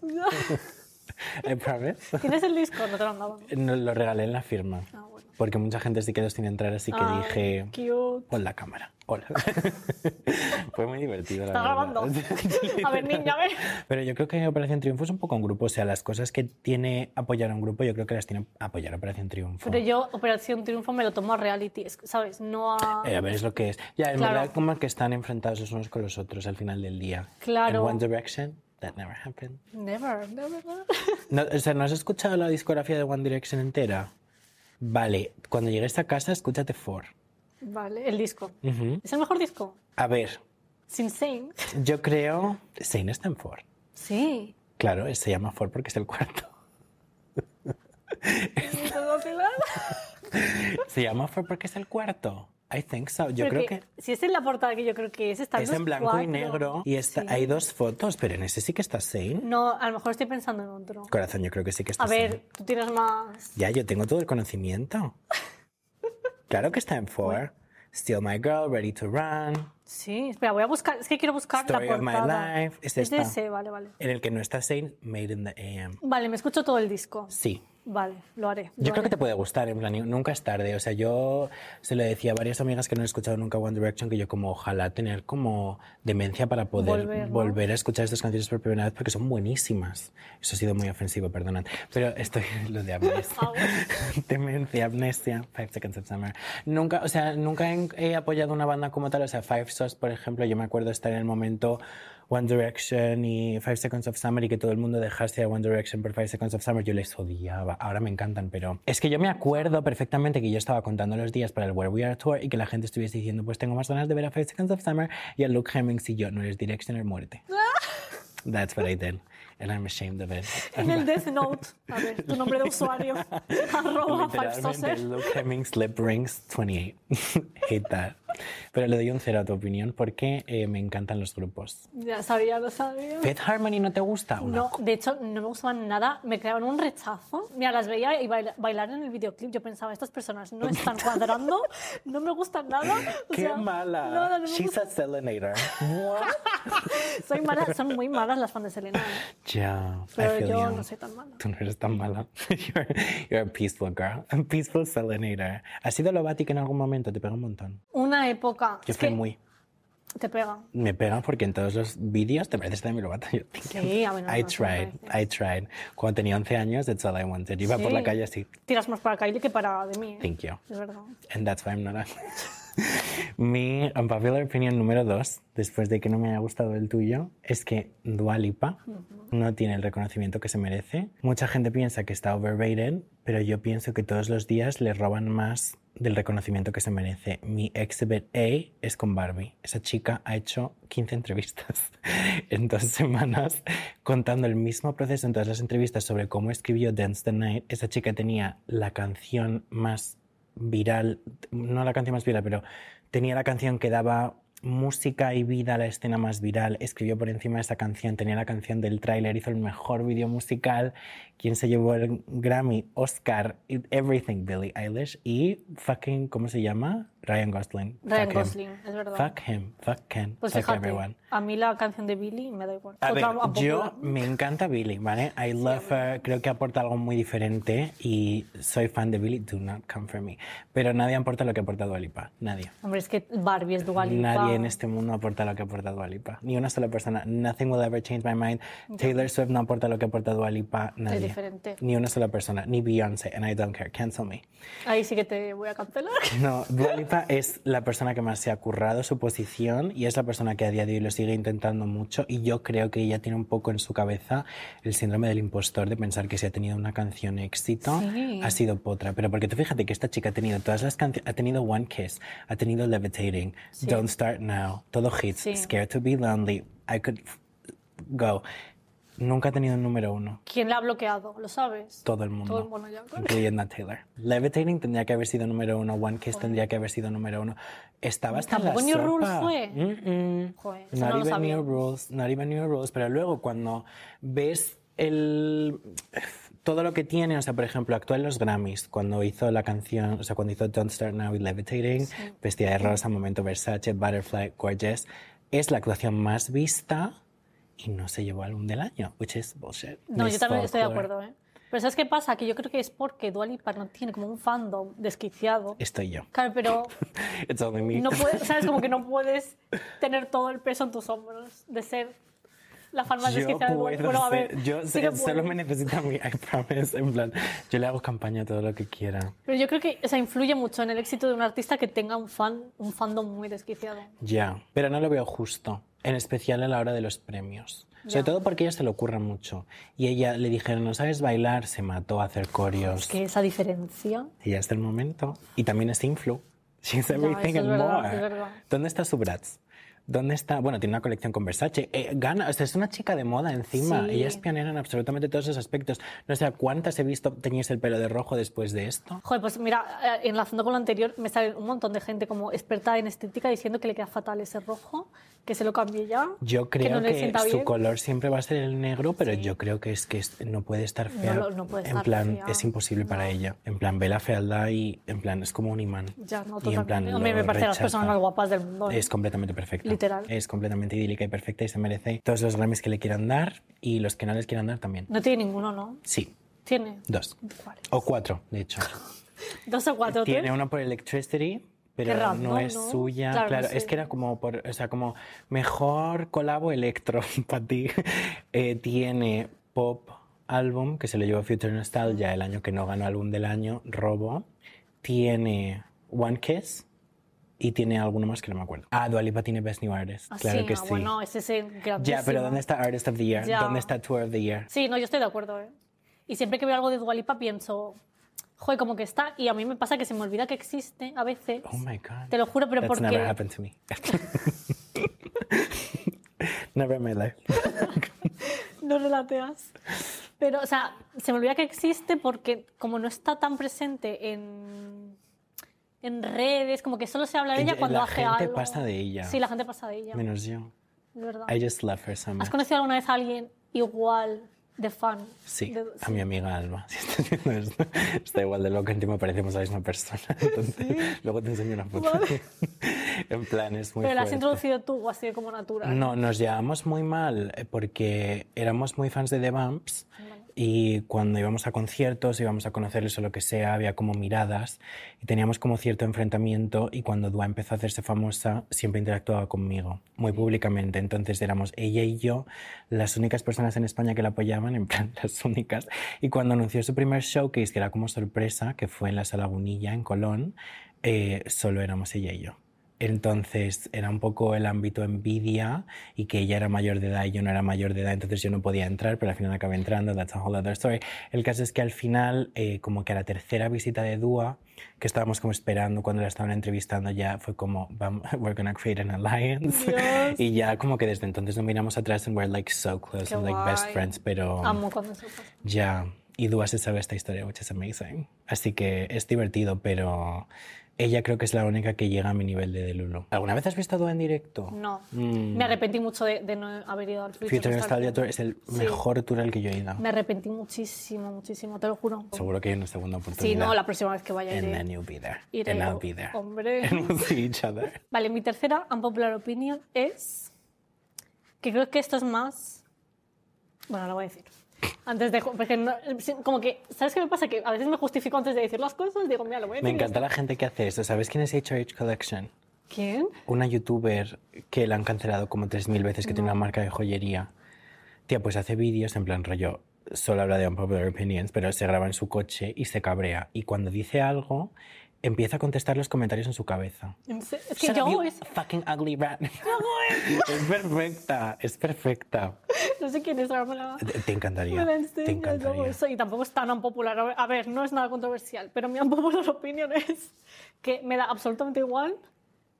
I promise. ¿Tienes el disco? No te lo han dado. ¿no? No, lo regalé en la firma. Ah, bueno. Porque mucha gente sí quedó sin entrar, así que Ay, dije... Cute. Pon la cámara. Hola. Fue muy divertido, la Está verdad. grabando. A ver, niña, a ver. Pero yo creo que Operación Triunfo es un poco un grupo. O sea, las cosas que tiene apoyar a un grupo, yo creo que las tiene apoyar a Operación Triunfo. Pero yo, Operación Triunfo, me lo tomo a reality, es- ¿sabes? No a. Eh, a ver, es lo que es. Ya, en Claro. verdad, como que están enfrentados los unos con los otros al final del día. Claro. En One Direction, that never happened. Never, never, never. No, o sea, ¿no has escuchado la discografía de One Direction entera? Vale, cuando llegues a casa, escúchate Four. Vale, el disco. Ujú. ¿Es el mejor disco? A ver, ¿Es insane? yo creo. Zane está en Four. Sí. Claro, se llama Four porque es el cuarto. Se llama Four porque es el cuarto. I think so. Yo Pero creo que. Si es en la portada que yo creo que es, está Es en blanco y negro y está- Sí. hay dos fotos, pero en ese sí que está Zane. No, a lo mejor estoy pensando en otro. Corazón, yo creo que sí que está A Zayn. ver, tú tienes más. Ya, yo tengo todo el conocimiento. Claro que está en Four. Still My Girl, Ready to Run, Sí, espera, voy a buscar. Es que quiero buscar Story la of My portada. Life, es es de esta. ese, vale, vale. en el que no está Saint, Made in the AM. Vale, me escucho todo el disco. Sí. Vale, lo haré. Yo creo que te puede gustar, en plan, nunca es tarde. O sea, yo se lo decía a varias amigas que no han escuchado nunca One Direction, que yo como ojalá tener como demencia para poder Volver, volver, ¿no? a escuchar estas canciones por primera vez porque son buenísimas. Eso ha sido muy ofensivo, perdonad. Pero estoy lo de amnesia. Demencia, amnesia, Five Seconds of Summer. Nunca, o sea, nunca he, he apoyado una banda como tal. O sea, Five Sauce, por ejemplo, yo me acuerdo estar en el momento One Direction y Five Seconds of Summer y que todo el mundo dejase a One Direction por Five Seconds of Summer. Yo les odiaba. Ahora me encantan, pero es que yo me acuerdo perfectamente que yo estaba contando los días para el Where We Are Tour y que la gente estuviese diciendo, pues tengo más ganas de ver a Five Seconds of Summer y a Luke Hemmings y yo, no eres Directioner, muerte. That's what I did. And I'm ashamed of it. En el Death Note. A ver, tu nombre de usuario. arroba Oh, Five Literalmente, Saucer. Luke Hemmings lip rings 28. Hate that. Pero le doy un cero a tu opinión porque eh, me encantan los grupos. Ya sabía, lo sabía. ¿Fifth Harmony no te gusta? Una No, de hecho, no me gustaban nada, me creaban un rechazo. Mira, las veía y baila- bailar en el videoclip. Yo pensaba, estas personas no están cuadrando, no me gustan nada. O ¡Qué sea, mala! no, no, no me She's a Selenator. What? gusta. Soy mala, son muy malas las fans de Selena. ¿eh? Ya, I Pero feel yo you. no soy tan mala. Tú no eres tan mala. You're, you're a peaceful girl. A peaceful Selenator. ¿Has sido Lovatic en algún momento? Te pega un montón. Una época. Yo es fui que muy... Te pega. Me pegan porque en todos los vídeos te pareces a Demi Lovato. Yo, Sí, a mí no no, I sí me tried, parece. I tried. Cuando tenía 11 años, that's all I wanted. Iba por Sí. la calle así, Tiras más para Kylie que para de mí. ¿eh? thank you. Es verdad. And that's why I'm not a... Mi unpopular opinion número dos, después de que no me haya gustado el tuyo, es que Dua Lipa no tiene el reconocimiento que se merece. Mucha gente piensa que está overrated, pero yo pienso que todos los días le roban más del reconocimiento que se merece. Mi exhibit A es con Barbie. Esa chica ha hecho 15 entrevistas en dos semanas contando el mismo proceso en todas las entrevistas sobre cómo escribió Dance the Night. Esa chica tenía la canción más viral, no la canción más viral, pero tenía la canción que daba música y vida a la escena más viral, escribió por encima de esa canción, tenía la canción del tráiler, hizo el mejor vídeo musical, quien se llevó el Grammy, Oscar, everything, Billie Eilish y fucking, ¿cómo se llama? Ryan Gosling. Ryan Fuck him. Gosling, es verdad. Fuck him, fuck Ken, Pues fuck fíjate, everyone. a mí la canción de Billy me da igual. A Otra ver, Pues un poco- yo me encanta Billy, ¿vale? I love her, creo que aporta algo muy diferente y soy fan de Billy, do not come for me. Pero nadie aporta lo que aporta Dua Lipa, nadie. Hombre, es que Barbie es Dua Lipa. Nadie en este mundo aporta lo que aporta Dua Lipa. Ni una sola persona. Nothing will ever change my mind. Taylor Swift no aporta lo que aporta Dua Lipa. Nadie. diferente. Ni una sola persona. Ni Beyoncé. And I don't care. Cancel me. Ahí sí que te voy a cancelar. No, Dua Lipa es la persona que más se ha currado su posición y es la persona que a día de hoy lo sigue intentando mucho y yo creo que ella tiene un poco en su cabeza el síndrome del impostor de pensar que si ha tenido una canción éxito Sí. ha sido potra, pero porque tú fíjate que esta chica ha tenido todas las canciones, ha tenido One Kiss, ha tenido Levitating, Don't Start Now, todo hits, Sí. Scared to Be Lonely, I Could F- Go. Nunca ha tenido un número uno. ¿Quién la ha bloqueado? ¿Lo sabes? Todo el mundo. Todo el mundo ya. claro. Incluyendo a Taylor. Levitating tendría que haber sido número uno. One Kiss tendría que haber sido número uno. Estaba hasta en la Tampoco New sopa. Rules fue. Mm-mm. Joder, eso Not no lo even sabía. New Rules. Not even New Rules. Pero luego cuando ves el... Todo lo que tiene, o sea, por ejemplo, actuó en los Grammys cuando hizo la canción, o sea, cuando hizo Don't Start Now with Levitating, Vestida de Rosa, Momento Versace, Butterfly, Gorgeous, es la actuación más vista y no se llevó álbum del año, which is bullshit. No, yo Miss también estoy de Folklore. acuerdo, ¿eh? Pero ¿sabes qué pasa? Que yo creo que es porque Dua Lipa no tiene como un fandom desquiciado. Estoy yo. Claro, pero It's only me. no puedes, ¿sabes? Como que no puedes tener todo el peso en tus hombros de ser la fan más yo desquiciada de Dua Lipa. puedo Bueno, a ser- ver, yo sí sé- que solo puedes. me necesita a mí, I promise. En plan, yo le hago campaña a todo lo que quiera. Pero yo creo que o sea, influye mucho en el éxito de un artista que tenga un fan, un fandom muy desquiciado. Ya, pero no lo veo justo, en especial a la hora de los premios. Sobre todo porque ella se le ocurre mucho. Y ella le dijeron, no sabes bailar, se mató a hacer coreos. Que esa diferencia... Ella es del momento. Y también es influ. She's eso everything es and verdad, more. es verdad. ¿Dónde está su Bratz? ¿Dónde está? Bueno, tiene una colección con Versace. Eh, gana, o sea, es una chica de moda encima. Sí. Ella es pionera en absolutamente todos esos aspectos. No sé a cuántas he visto teñirse el pelo de rojo después de esto. Joder, pues mira, eh, enlazando con lo anterior, me sale un montón de gente como experta en estética diciendo que le queda fatal ese rojo, que se lo cambie ya. Yo creo no le que, sienta su bien. color siempre va a ser el negro, pero yo creo que es que es- no puede estar fea. lo- no puede en estar plan, fea. es imposible para ella. En plan, ve la fealdad y en plan, es como un imán. Ya, no, Y en plan, totalmente. Hombre, lo me parece las rechaza. personas más guapas del mundo. ¿eh? Es completamente perfecta. Literal. Es completamente idílica y perfecta y se merece todos los Grammys que le quieran dar y los que no les quieran dar también. No tiene ninguno, ¿no? Sí, Tiene. dos. ¿Cuál es? O cuatro, de hecho. Dos o cuatro Tiene tiene. uno por Electricity, pero Qué random, no es ¿no? suya. Claro, Claro, no es sé. que era como, por, o sea, como mejor colabo electro para ti. Eh, tiene pop álbum, que se lo llevó Future Nostalgia el año que no ganó álbum del año, Robo. Tiene One Kiss y tiene alguno más que no me acuerdo. Ah, Dua Lipa tiene Best New Artist, Ah, claro sí, que ah, sí. Bueno, ese es el ya, pero grandísimo. ¿dónde está Artist of the Year? Ya. ¿Dónde está Tour of the Year? Sí, no, yo estoy de acuerdo. ¿eh? Y siempre que veo algo de Dualipa pienso, joder, como que está. Y a mí me pasa que se me olvida que existe a veces. Oh my god. Te lo juro, pero That's porque. never happened to me. never in my life. No relateas. Pero, o sea, se me olvida que existe porque como no está tan presente en, en redes, como que solo se habla de ella Ella- cuando la hace algo. gente pasa de ella. Sí, la gente pasa de ella, es Menos yo. verdad. I just love her so much. ¿Has conocido alguna vez a alguien igual de fan? Sí, De- a mi amiga Alba. Si estás viendo esto, está igual de loca. En ti me parecemos la misma persona. Entonces, luego te enseño una foto. en plan, es muy Pero la has fuerte. introducido tú, así como natural. No, nos llevamos muy mal eh, porque éramos muy fans de The Bumps y cuando íbamos a conciertos, íbamos a conocerles o lo que sea, había como miradas y teníamos como cierto enfrentamiento y cuando Dua empezó a hacerse famosa siempre interactuaba conmigo, muy públicamente. Entonces éramos ella y yo las únicas personas en España que la apoyaban, en plan las únicas. Y cuando anunció su primer showcase, que era como sorpresa, que fue en la Sala Gunilla, en Colón, eh, solo éramos ella y yo. Entonces era un poco el ámbito envidia y que ella era mayor de edad y yo no era mayor de edad, entonces yo no podía entrar, pero al final acabé entrando, that's a whole other story. El caso es que al final, eh, como que a la tercera visita de Dua, que estábamos como esperando cuando la estaban entrevistando, ya fue como, vamos, we're gonna create an alliance. Dios. Y ya como que desde entonces nos miramos atrás and we're like so close Qué and like best guay. friends, pero Amo cuando eso pasa. ya, y Dua se sabe esta historia, which is amazing. Así que es divertido, pero ella creo que es la única que llega a mi nivel de Delulu. ¿Alguna vez has visto a Dua en directo? No. Mm. Me arrepentí mucho de, de no haber ido al Future, Future Nostalgia Tour es el Sí. mejor tour al que yo he ido. Me arrepentí muchísimo, muchísimo, te lo juro. Seguro que hay una segunda oportunidad. Sí, no, la próxima vez que vaya And iré. then you'll be there. Iré, And I'll ho- be there. hombre. And we'll see each other. Vale, mi tercera unpopular opinion es que creo que esto es más... Bueno, lo voy a decir. Antes de... Porque no- como que... ¿Sabes qué me pasa? Que a veces me justifico antes de decir las cosas. Digo, mira, lo voy a Me decir. encanta la gente que hace eso. ¿Sabes quién es HRH Collection? ¿Quién? Una youtuber que la han cancelado como 3.000 veces, que tiene una marca de joyería. Tía, pues hace vídeos en plan rollo, solo habla de unpopular opinions, pero se graba en su coche y se cabrea. Y cuando dice algo, empieza a contestar los comentarios en su cabeza. En se- Es que Shut yo up, you hago eso. Fucking ugly rat. es perfecta, es perfecta. No sé quién es. ahora me la- Te, te encantaría. Me la te enseñas, yo hago encantaría. eso. Y tampoco es tan unpopular. A ver- A ver, no es nada controversial, pero mi unpopular opinion es que me da absolutamente igual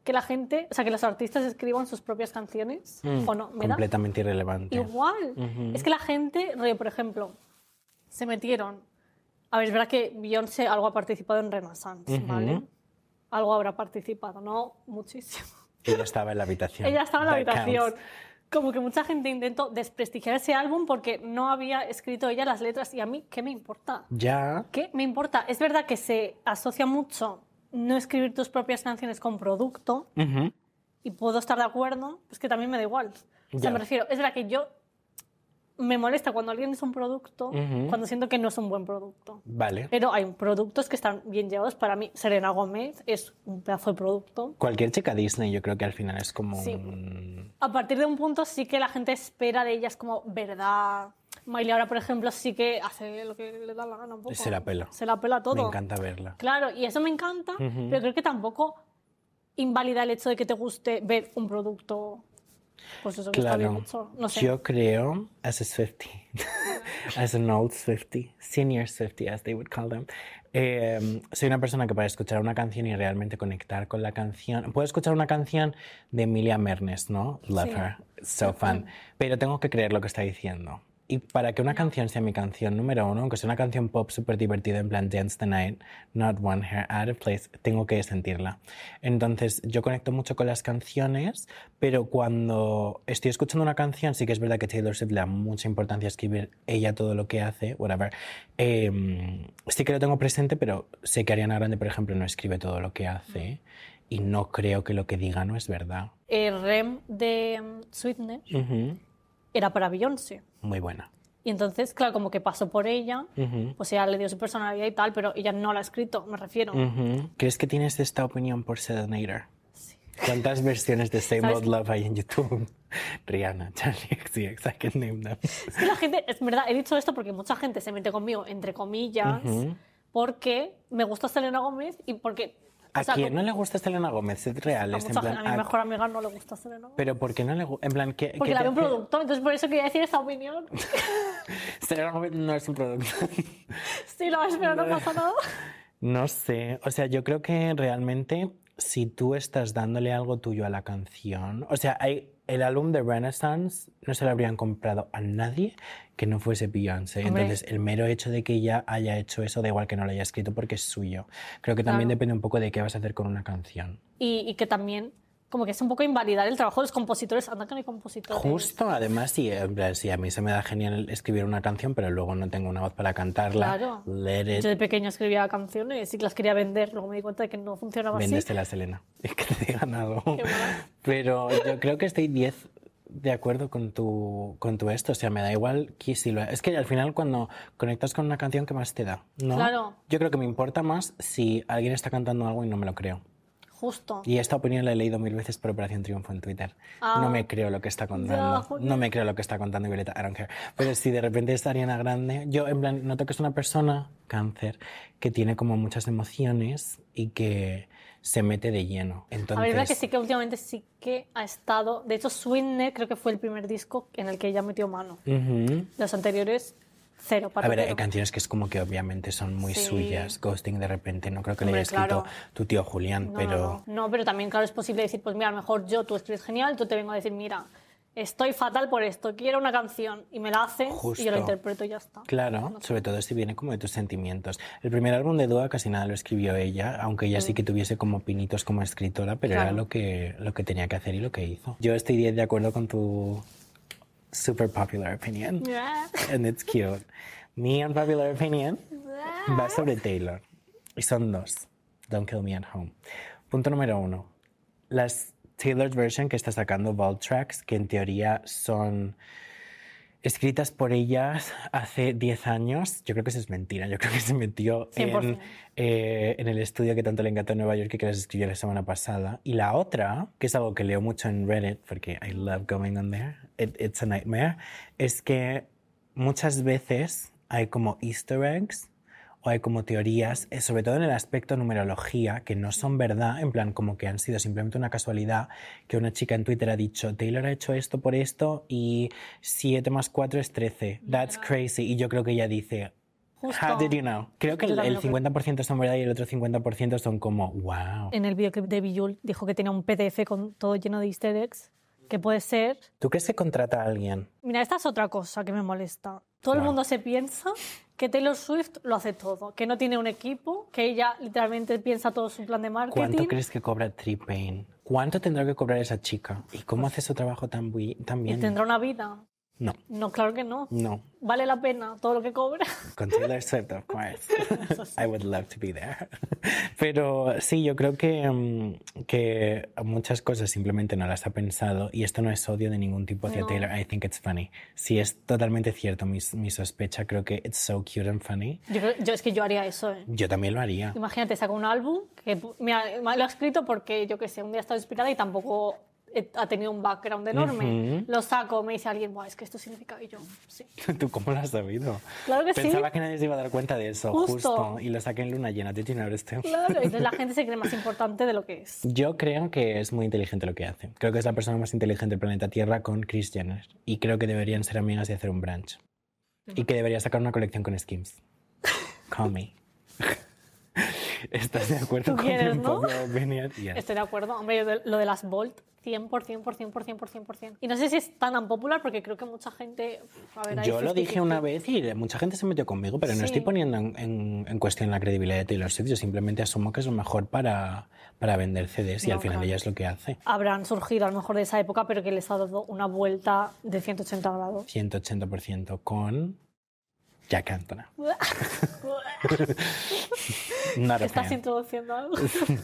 que la gente, o sea, que los artistas escriban sus propias canciones Mm, o no. Me da Completamente Mm. irrelevante. igual. Es que la gente, rollo, por ejemplo, se metieron. A ver, es verdad que Beyoncé algo ha participado en Renaissance, ¿vale? Algo habrá participado, no muchísimo. Ella estaba en la habitación. Ella estaba en la That counts. habitación. Como que mucha gente intentó desprestigiar ese álbum porque no había escrito ella las letras y a mí, ¿qué me importa? Ya. ¿Qué me importa? Es verdad que se asocia mucho no escribir tus propias canciones con producto Ujú. y puedo estar de acuerdo, pues que también me da igual. O sea, Ya. me refiero, es verdad que yo me molesta cuando alguien es un producto, Ujú. cuando siento que no es un buen producto. Vale. Pero hay productos que están bien llevados. Para mí, Serena Gómez es un pedazo de producto. Cualquier chica Disney, yo creo que al final es como. Sí. un- a partir de un punto sí que la gente espera de ellas como verdad. Miley ahora, por ejemplo, sí que hace lo que le da la gana un poco. Se la pela. Se la pela todo. Me encanta verla. Claro, y eso me encanta, pero creo que tampoco invalida el hecho de que te guste ver un producto Pues eso que está bien Claro. hecho. No sé. Yo creo, as a Swifty, as an old Swifty, senior Swifty, as they would call them, eh, soy una persona que para escuchar una canción y realmente conectar con la canción, puedo escuchar una canción de Emilia Mernes, ¿no? Love Sí. her, so fun, pero tengo que creer lo que está diciendo. Y para que una canción sea mi canción número uno, aunque sea una canción pop súper divertida en plan Dance the Night, Not One Hair Out of Place, tengo que sentirla. Entonces, yo conecto mucho con las canciones, pero cuando estoy escuchando una canción, sí que es verdad que Taylor Swift le da mucha importancia a escribir ella todo lo que hace, whatever. Em, sí que lo tengo presente, pero sé que Ariana Grande, por ejemplo, no escribe todo lo que Mm. hace y no creo que lo que diga no es verdad. El eh, rem de mm, Sweetness Ujú. era para Beyoncé. Muy buena. Y entonces, claro, como que pasó por ella, Ujú. pues ella le dio su personalidad y tal, pero ella no la ha escrito, me refiero. Ujú. ¿Crees que tienes esta opinión por Sedonator? Sí. ¿Cuántas versiones de Same ¿Sabes? Old Love hay en YouTube? Rihanna, Charlie XCX, I can name them. Es que la gente, es verdad, he dicho esto porque mucha gente se mete conmigo, entre comillas, Ujú. porque me gusta Selena Gómez y porque... ¿A o sea, quién como- Pues no le gusta Selena Gómez? Es real, a es en mucha plan, gente- a mi ¿a- mejor amiga no le gusta Selena Gómez. Pero ¿por qué no le gusta? En plan, ¿qué, Porque qué la te veo un hace- producto, entonces por eso quería decir esta opinión. Selena Gómez no es un producto. Sí, la ves, pero no pasa nada. No sé, o sea, yo creo que realmente si tú estás dándole algo tuyo a la canción, o sea, hay, el álbum de Renaissance no se lo habrían comprado a nadie que no fuese Beyoncé. Hombre. Entonces, el mero hecho de que ella haya hecho eso, da igual que no lo haya escrito porque es suyo. Creo que también Claro. depende un poco de qué vas a hacer con una canción. Y, y que también, como que es un poco invalidar el trabajo de los compositores. Anda que no hay compositores. Justo, además, sí, en plan, sí, a mí se me da genial escribir una canción, pero luego no tengo una voz para cantarla. Claro. Let it Yo de pequeña escribía canciones y las quería vender, luego me di cuenta de que no funcionaba así. Véndesela, Selena. Es que te digan algo. mala. Pero yo creo que estoy 10 de acuerdo con tu, con tu esto. O sea, me da igual que si lo... Es que al final cuando conectas con una canción, ¿qué más te da? ¿No? Claro. Yo creo que me importa más si alguien está cantando algo y no me lo creo. Justo. Y esta opinión la he leído mil veces por Operación Triunfo en Twitter. Ah. No me creo lo que está Ya, contando. joder. No me creo lo que está contando Violeta, I don't care. Pero si de repente es Ariana Grande, yo en plan noto que es una persona, cáncer, que tiene como muchas emociones y que se mete de lleno. Entonces, A ver, es verdad que sí que últimamente sí que ha estado. De hecho, Swinner creo que fue el primer disco en el que ella metió mano. Ujú. Los anteriores, cero para A ver, hay canciones que es como que obviamente son muy Sí. suyas. Ghosting de repente, no creo que le haya Hombre, escrito claro. tu tío Julián, no, pero... no, no. No, pero también, claro, es posible decir, pues mira, a lo mejor yo, tú escribes genial, tú te vengo a decir, mira, estoy fatal por esto, quiero una canción y me la haces y yo Justo. la interpreto y ya está. Claro, sobre todo si viene como de tus sentimientos. El primer álbum de Dua casi nada lo escribió ella, aunque ella sí que tuviese como pinitos como escritora, pero era Claro. lo que, lo que tenía que hacer y lo que hizo. Yo estoy de acuerdo con tu super popular opinion, Eh, and it's cute. Mi unpopular opinion va sobre Taylor, y son dos. Don't kill me at home. Punto número uno. Las Taylor's version que está sacando Vault Tracks, que en teoría son escritas por ellas hace 10 años. Yo creo que eso es mentira. Yo creo que se metió en, 100%. eh, en el estudio que tanto le encantó en Nueva York y que las escribió la semana pasada. Y la otra, que es algo que leo mucho en Reddit, porque I love going on there, it- it's a nightmare, es que muchas veces hay como easter eggs o hay como teorías, eh, sobre todo en el aspecto numerología, que no son verdad, en plan como que han sido simplemente una casualidad, que una chica en Twitter ha dicho, Taylor ha hecho esto por esto y 7 más 4 es 13. That's crazy. Y yo creo que ella dice, Justo. How did you know? Creo que Yo el, también el lo creo. 50% son verdad y el otro 50% son como, wow. En el videoclip de Bijul dijo que tenía un PDF con todo lleno de easter eggs, que puede ser... ¿Tú crees que contrata a alguien? Mira, esta es otra cosa que me molesta. Todo Claro. el mundo se piensa que Taylor Swift lo hace todo, que no tiene un equipo, que ella literalmente piensa todo su plan de ¿Cuánto marketing. crees que cobra Tripain? ¿Cuánto tendrá que cobrar esa chica? ¿Y cómo hace su trabajo tan, bui- Pues tan Y bien? tendrá una vida. No, No, claro que no. no. Vale la pena todo lo que cobra. Con Taylor Swift, of course. I would love to be there. Pero sí, yo creo que, mm, que muchas cosas simplemente no las ha pensado y esto no es odio de ningún tipo hacia No. Taylor. I think it's funny. Sí, es totalmente cierto mi, mi sospecha. Creo que it's so cute and funny. Yo, creo- yo- es que yo haría eso, ¿eh? Yo también lo haría. Imagínate, saca un álbum que pu- mira, lo ha escrito porque yo que sé, un día estaba inspirada y tampoco eh, ha tenido un background enorme. Lo saco, me dice alguien, Buah, es que esto significa. Y yo, sí. ¿Tú cómo lo has sabido? Claro que Pues sí. Pensaba que nadie se iba a dar cuenta de eso, Justo. justo. Y lo saqué en luna llena. Did you notice too? Claro. Entonces la gente se cree más importante de lo que es. Yo creo que es muy inteligente lo que hace. Creo que es la persona más inteligente del planeta Tierra con Chris Jenner. Y creo que deberían ser amigas y hacer un brunch. Y que debería sacar una colección con Skims. Call me. ¿Estás de acuerdo Tú con quieres, mi ¿no? propia opinión? Yes. Estoy de acuerdo. Hombre, yo de- lo de las Bolt, 100%, 100%, 100%. Y no sé si es tan unpopular porque creo que mucha gente. A ver, ahí Yo lo 50-50. dije una vez y mucha gente se metió conmigo, pero Sí. no estoy poniendo en, en- en cuestión la credibilidad de Taylor Swift. Yo simplemente asumo que es lo mejor para, para vender CDs y No, al final claro. ella es lo que hace. Habrán surgido a lo mejor de esa época, pero que les ha dado una vuelta de 180 grados. 180% con Jack Antona. Not a Estás fan. introduciendo algo.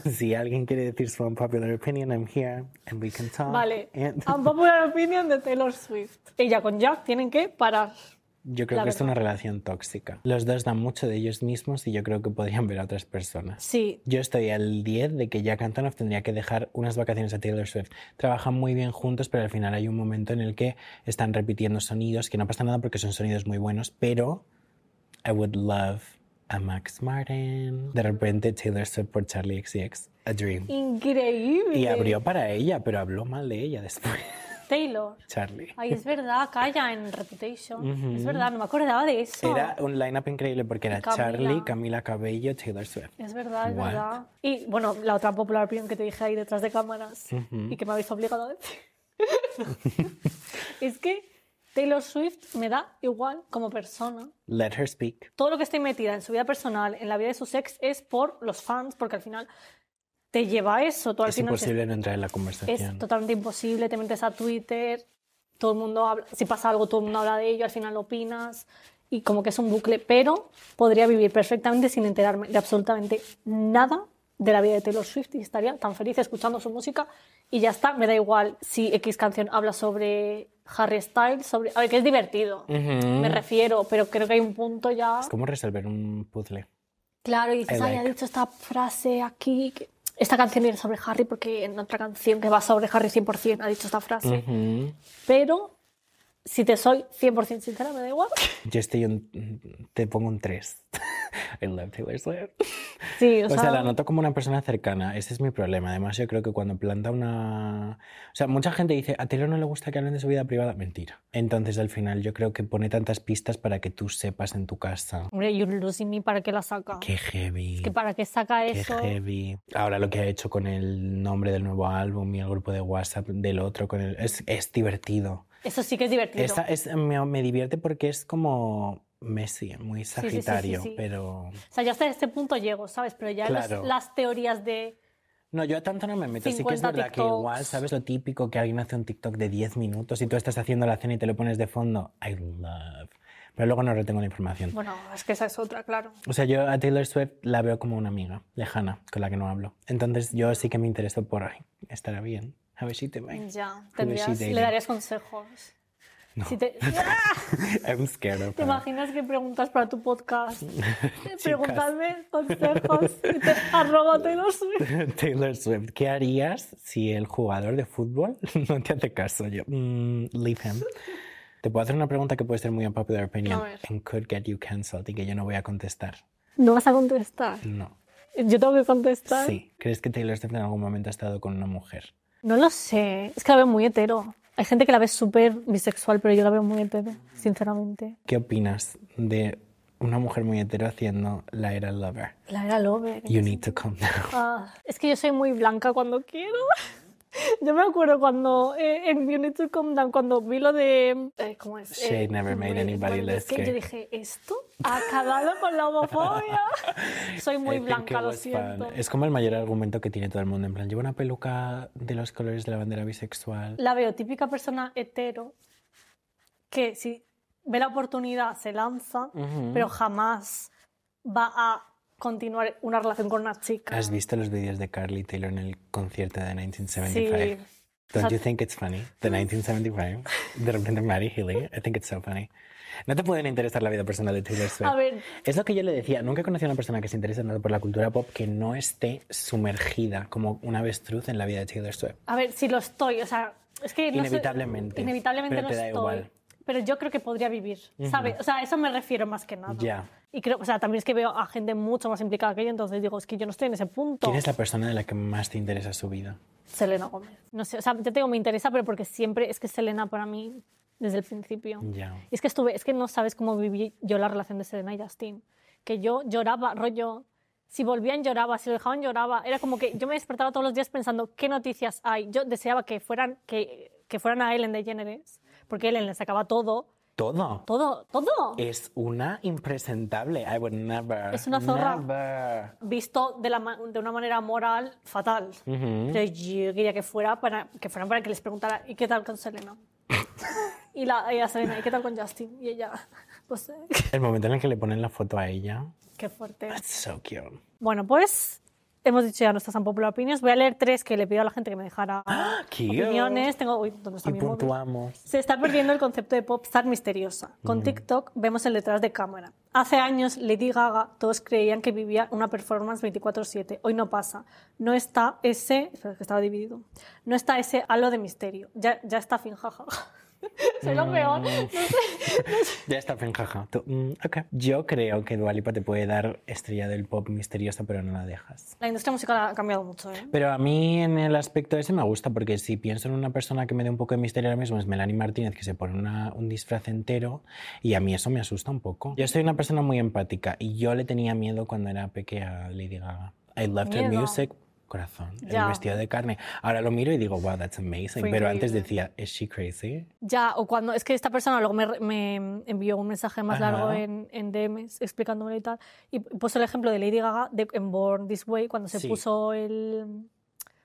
si alguien quiere decir su unpopular opinion, I'm here and we can talk. Vale. Ah, And- Unpopular opinion de Taylor Swift. Ella con Jack tienen que parar. Yo creo La que es una relación tóxica. Los dos dan mucho de ellos mismos y yo creo que podrían ver a otras personas. Sí. Yo estoy al 10 de que Jack Antonoff tendría que dejar unas vacaciones a Taylor Swift. Trabajan muy bien juntos, pero al final hay un momento en el que están repitiendo sonidos, que no pasa nada porque son sonidos muy buenos, pero I would love a Max Martin. De repente Taylor Swift por Charlie XCX, a dream. Increíble. Y abrió para ella, pero habló mal de ella después. Taylor. Charlie. Ay, es verdad, calla en Reputation. Es verdad, no me acordaba de eso. Era un lineup increíble porque era Camila. Charlie, Camila Cabello, Taylor Swift. Es verdad, es What? verdad. Y bueno, la otra popular opinión que te dije ahí detrás de cámaras y que me habéis obligado a decir es que Taylor Swift me da igual como persona. Let her speak. Todo lo que estoy metida en su vida personal, en la vida de sus ex, es por los fans, porque al final te lleva a eso. Tú al es final te- imposible no entrar en la es conversación. totalmente imposible. Te metes a Twitter, todo el mundo habla, si pasa algo, todo el mundo habla de ello, al final lo opinas y como que es un bucle. Pero podría vivir perfectamente sin enterarme de absolutamente nada de la vida de Taylor Swift y estaría tan feliz escuchando su música y ya está. Me da igual si X canción habla sobre Harry Styles, sobre. A ver, que es divertido, me refiero, pero creo que hay un punto ya. Mm. Es como resolver un puzzle. Claro, y dices, I ay, ha like. dicho esta frase aquí, que- esta canción viene sobre Harry, porque en otra canción que va sobre Harry 100% ha dicho esta frase. Mm. Ujú. Pero, si te soy 100% sincera, me da igual. Yo estoy un- te pongo un 3. I love Taylor Swift. Sí, o, O sea, la noto como una persona cercana. Ese es mi problema. Además, yo creo que cuando planta una... O sea, mucha gente dice, a Taylor no le gusta que hablen de su vida privada. Mentira. Entonces, al final, yo creo que pone tantas pistas para que tú sepas en tu casa. Hombre, You're Losing Me, ¿para qué la saca? Qué heavy. Que ¿Para qué saca Qué eso? heavy. Ahora lo que ha hecho con el nombre del nuevo álbum y el grupo de WhatsApp del otro con el es, es divertido. Eso sí que es divertido. Esta es, me, me divierte porque es como Messi, muy sí, sí, sí, sagitario, sí. pero O sea, ya hasta este punto llego, ¿sabes? Pero ya los- Claro. las teorías de... no, yo a tanto no me meto, sí que es 50 verdad que TikToks. igual, ¿sabes lo típico que alguien hace un TikTok de 10 minutos y tú estás haciendo la cena y te lo pones de fondo? I love. Pero luego no retengo la información. Bueno, es que esa es otra, claro. O sea, yo a Taylor Swift la veo como una amiga lejana con la que no hablo. Entonces yo sí que me intereso por, ay, estará bien. A ver si te va. Ya, she tendrías, le dating? darías consejos. Si te... I'm scared of ¿Te her. imaginas que preguntas para tu podcast? Preguntadme consejos y te arroba Taylor Swift. Taylor Swift, ¿qué harías si el jugador de fútbol no te hace caso? Yo, mm, leave him. Te puedo hacer una pregunta que puede ser muy unpopular opinion A ver. and could get you cancelled y que yo no voy a contestar. No vas a contestar. No. Yo tengo que contestar. Sí. ¿Crees que Taylor Swift en algún momento ha estado con una mujer? No lo sé. Es que la veo muy hetero. Hay gente que la ve súper bisexual, pero yo la veo muy hetero, sinceramente. ¿Qué opinas de una mujer muy hetero haciendo la era lover? La era Lover. You need to calm down. Ah, es que yo soy muy blanca cuando quiero. Yo me acuerdo cuando eh, en You Need to Calm Down, cuando vi lo de. eh, ¿Cómo es? Shade never made Made anybody Anybody less Gay. gay. Yo dije, ¿esto? Ha acabado con la homofobia. Soy muy I think blanca, it lo was fun. siento. Es como el mayor argumento que tiene todo el mundo. En plan, lleva una peluca de los colores de la bandera bisexual. La veo típica persona hetero que si ve la oportunidad se lanza, pero jamás va a continuar una relación con una chica. ¿Has visto los vídeos de Carly Taylor en el concierto de Sí. Mm. 1975? Don't you think it's funny? The 1975. De repente Mary Healy. I think it's so funny. No te pueden interesar la vida personal de Taylor Swift. A ver. Es lo que yo le decía. Nunca conocí a una persona que se interese tanto por la cultura pop que no esté sumergida como una avestruz en la vida de Taylor Swift. A ver, si lo estoy, o sea, es que no soy- Inevitablemente, inevitablemente pero lo te da estoy. igual. Pero yo creo que podría vivir, ¿sabes? O sea, a eso me refiero más que nada. Ya. Y creo, o sea, también es que veo a gente mucho más implicada que yo, entonces digo, es que yo no estoy en ese punto. ¿Quién es la persona de la que más te interesa su vida? Selena Gómez. No sé, o sea, yo tengo me interesa, pero porque siempre es que Selena para mí desde el principio. Ya. Y es que estuve, es que no sabes cómo viví yo la relación de Selena y Justin, que yo lloraba, rollo, si volvían lloraba, si lo dejaban lloraba, era como que yo me despertaba todos los días pensando qué noticias hay. Yo deseaba que fueran que, que fueran a Ellen DeGeneres, porque Ellen le sacaba todo, Todo. todo, todo. Es una impresentable. I would never. Es una zorra. Never. visto de, la ma- de una manera moral fatal. Pero yo quería que, fuera para, que fueran para que les preguntara, ¿y qué tal con Selena? y, la, y a Selena, ¿y qué tal con Justin? Y ella, pues, eh, El momento en el que le ponen la foto a ella. qué fuerte. That's so cute. Bueno, pues hemos dicho ya nuestras unpopular opinions. Voy a leer tres que le pido a la gente que me dejara Cute. opiniones. Tengo, uy, ¿dónde está Y mi móvil? puntuamos. Se está perdiendo el concepto de popstar misteriosa. Con TikTok vemos el detrás de cámara. Hace años Lady Gaga todos creían que vivía una performance 24/7. Hoy no pasa. No está ese, espera, que estaba dividido. No está ese halo de misterio. Ya, ya está fin jaja. Soy lo peor. No sé. Ya está, Fenjaja. Tú, mm, ok. Yo creo que Dualipa te puede dar estrella del pop misteriosa, pero no la dejas. La industria musical ha cambiado mucho, ¿eh? Pero a mí en el aspecto ese me gusta, porque si pienso en una persona que me dé un poco de misterio ahora mismo es Melanie Martínez, que se pone una- un disfraz entero, y a mí eso me asusta un poco. Yo soy una persona muy empática, y yo le tenía miedo cuando era pequeña a Lady Gaga. I loved her Miedo. music, corazón, Ya. el vestido de carne. Ahora lo miro y digo, wow, that's amazing. Fue Pero antes increíble. decía, ¿is she crazy? Ya, o cuando. Es que esta persona luego me, me envió un mensaje más Ajá. largo en, en DMs explicándome y tal. Y puso el ejemplo de Lady Gaga de, en Born This Way cuando se Sí. puso el.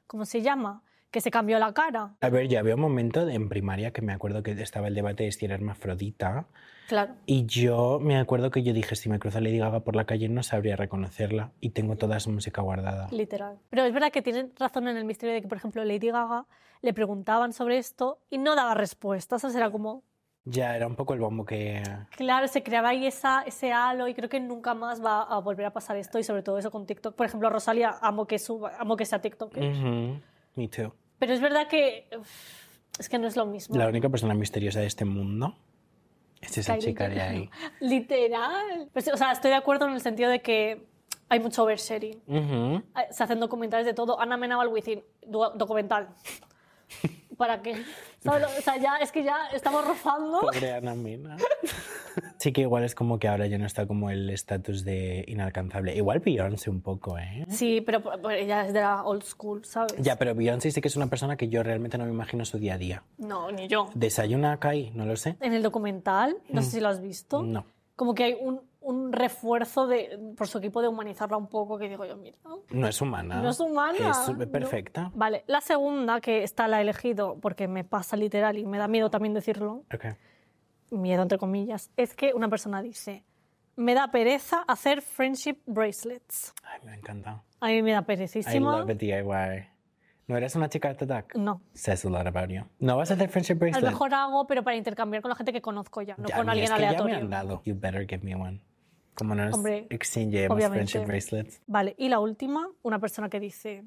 ¿Cómo se llama? Que se cambió la cara. A ver, ya había un momento de- en primaria que me acuerdo que estaba el debate de si era hermafrodita. Claro. Y yo me acuerdo que yo dije, si me cruzo a Lady Gaga por la calle no sabría reconocerla y tengo toda su música guardada. Literal. Pero es verdad que tienen razón en el misterio de que, por ejemplo, Lady Gaga le preguntaban sobre esto y no daba respuestas. O sea, era como. Ya era un poco el bombo que... Claro, se creaba ahí esa, ese halo y creo que nunca más va a volver a pasar esto y sobre todo eso con TikTok. Por ejemplo, Rosalía, amo que suba, amo que sea TikTok. Ujú, Me too. Pero es verdad que uf, es que no es lo mismo. La única persona misteriosa de este mundo es esa Kylie chica de Jenner. ahí. Literal. Pues, o sea, estoy de acuerdo en el sentido de que hay mucho oversharing. Ujú. Eh, Se hacen documentales de todo. Ana Menaval Within, du- documental. ¿Para qué? ¿Sabes lo- O sea, ya es que ya estamos rozando. Pobre Ana Mena. sí que igual es como que ahora ya no está como el estatus de inalcanzable. Igual Beyoncé un poco, ¿eh? Sí, pero por- por- ella es de la old school, ¿sabes? Ya, pero Beyoncé sí que es una persona que yo realmente no me imagino su día a día. No, ni yo. ¿Desayuna Kai? No lo sé. En el documental, no sé si lo has visto, Mm. No. como que hay un, un refuerzo de, por su equipo de humanizarla un poco, que digo yo, mira, No es humana. No es humana, Es no. perfecta. Vale, la segunda, que está la he elegido porque me pasa literal y me da miedo también decirlo, Ok. miedo entre comillas, es que una persona dice, me da pereza hacer friendship bracelets. Ay, me ha encantado. A mí me da I perecísimo. love the DIY. ¿No eres una chica de Tadak? No. Says a lot about you. ¿No vas a hacer friendship Mm. A bracelet? lo mejor hago, pero para intercambiar con la gente que conozco ya, no Ya, a con mí alguien es que Ya me aleatorio. han dado. You better give me one. Como no nos Hombre, exchangemos obviamente. friendship bracelets. Vale, y la última, una persona que dice,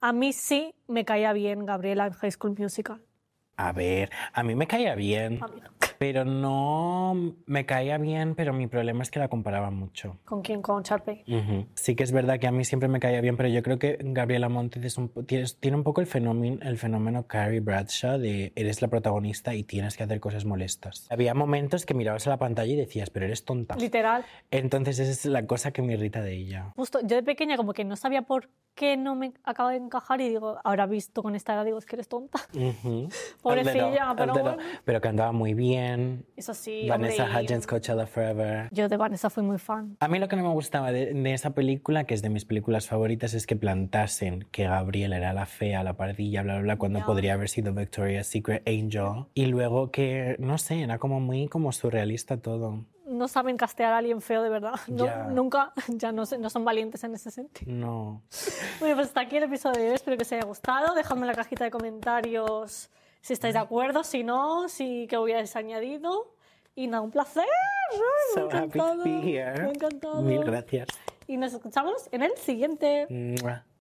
a mí sí me caía bien Gabriela en High School Musical. A ver, a mí me caía bien. A mí no. Pero no me caía bien, pero mi problema es que la comparaba mucho. ¿Con quién? Con Sharpay. Ujú. Sí que es verdad que a mí siempre me caía bien, pero yo creo que Gabriela Montes es un po- tiene, tiene un poco el fenómeno, el fenómeno Carrie Bradshaw de eres la protagonista y tienes que hacer cosas molestas. Había momentos que mirabas a la pantalla y decías, pero eres tonta. Literal. Entonces esa es la cosa que me irrita de ella. Justo, yo de pequeña como que no sabía por qué no me acaba de encajar y digo, ahora visto con esta edad, digo, es que eres tonta. Ujú. Pobrecilla, Al dedo, al pero dedo. bueno. Pero cantaba muy bien. Eso sí, hombre, Vanessa y- Hudgens, Coachella Forever. Yo de Vanessa fui muy fan. A mí lo que no me gustaba de, de esa película, que es de mis películas favoritas, es que plantasen que Gabriela era la fea, la pardilla, bla, bla, bla, cuando Ya. podría haber sido Victoria's Secret Angel. Y luego que, no sé, era como muy como surrealista todo. no saben castear a alguien feo de verdad. No, Ya. Nunca, ya no, se- no son valientes en ese sentido. No. Bueno, pues hasta aquí el episodio de hoy. Espero que os haya gustado. Dejadme en la cajita de comentarios si estáis de acuerdo, si no, si qué hubierais añadido. Y nada, un placer. Ay, So me ha happy encantado. to be Me ha here. encantado. Mil gracias. Y nos escuchamos en el siguiente. Mua.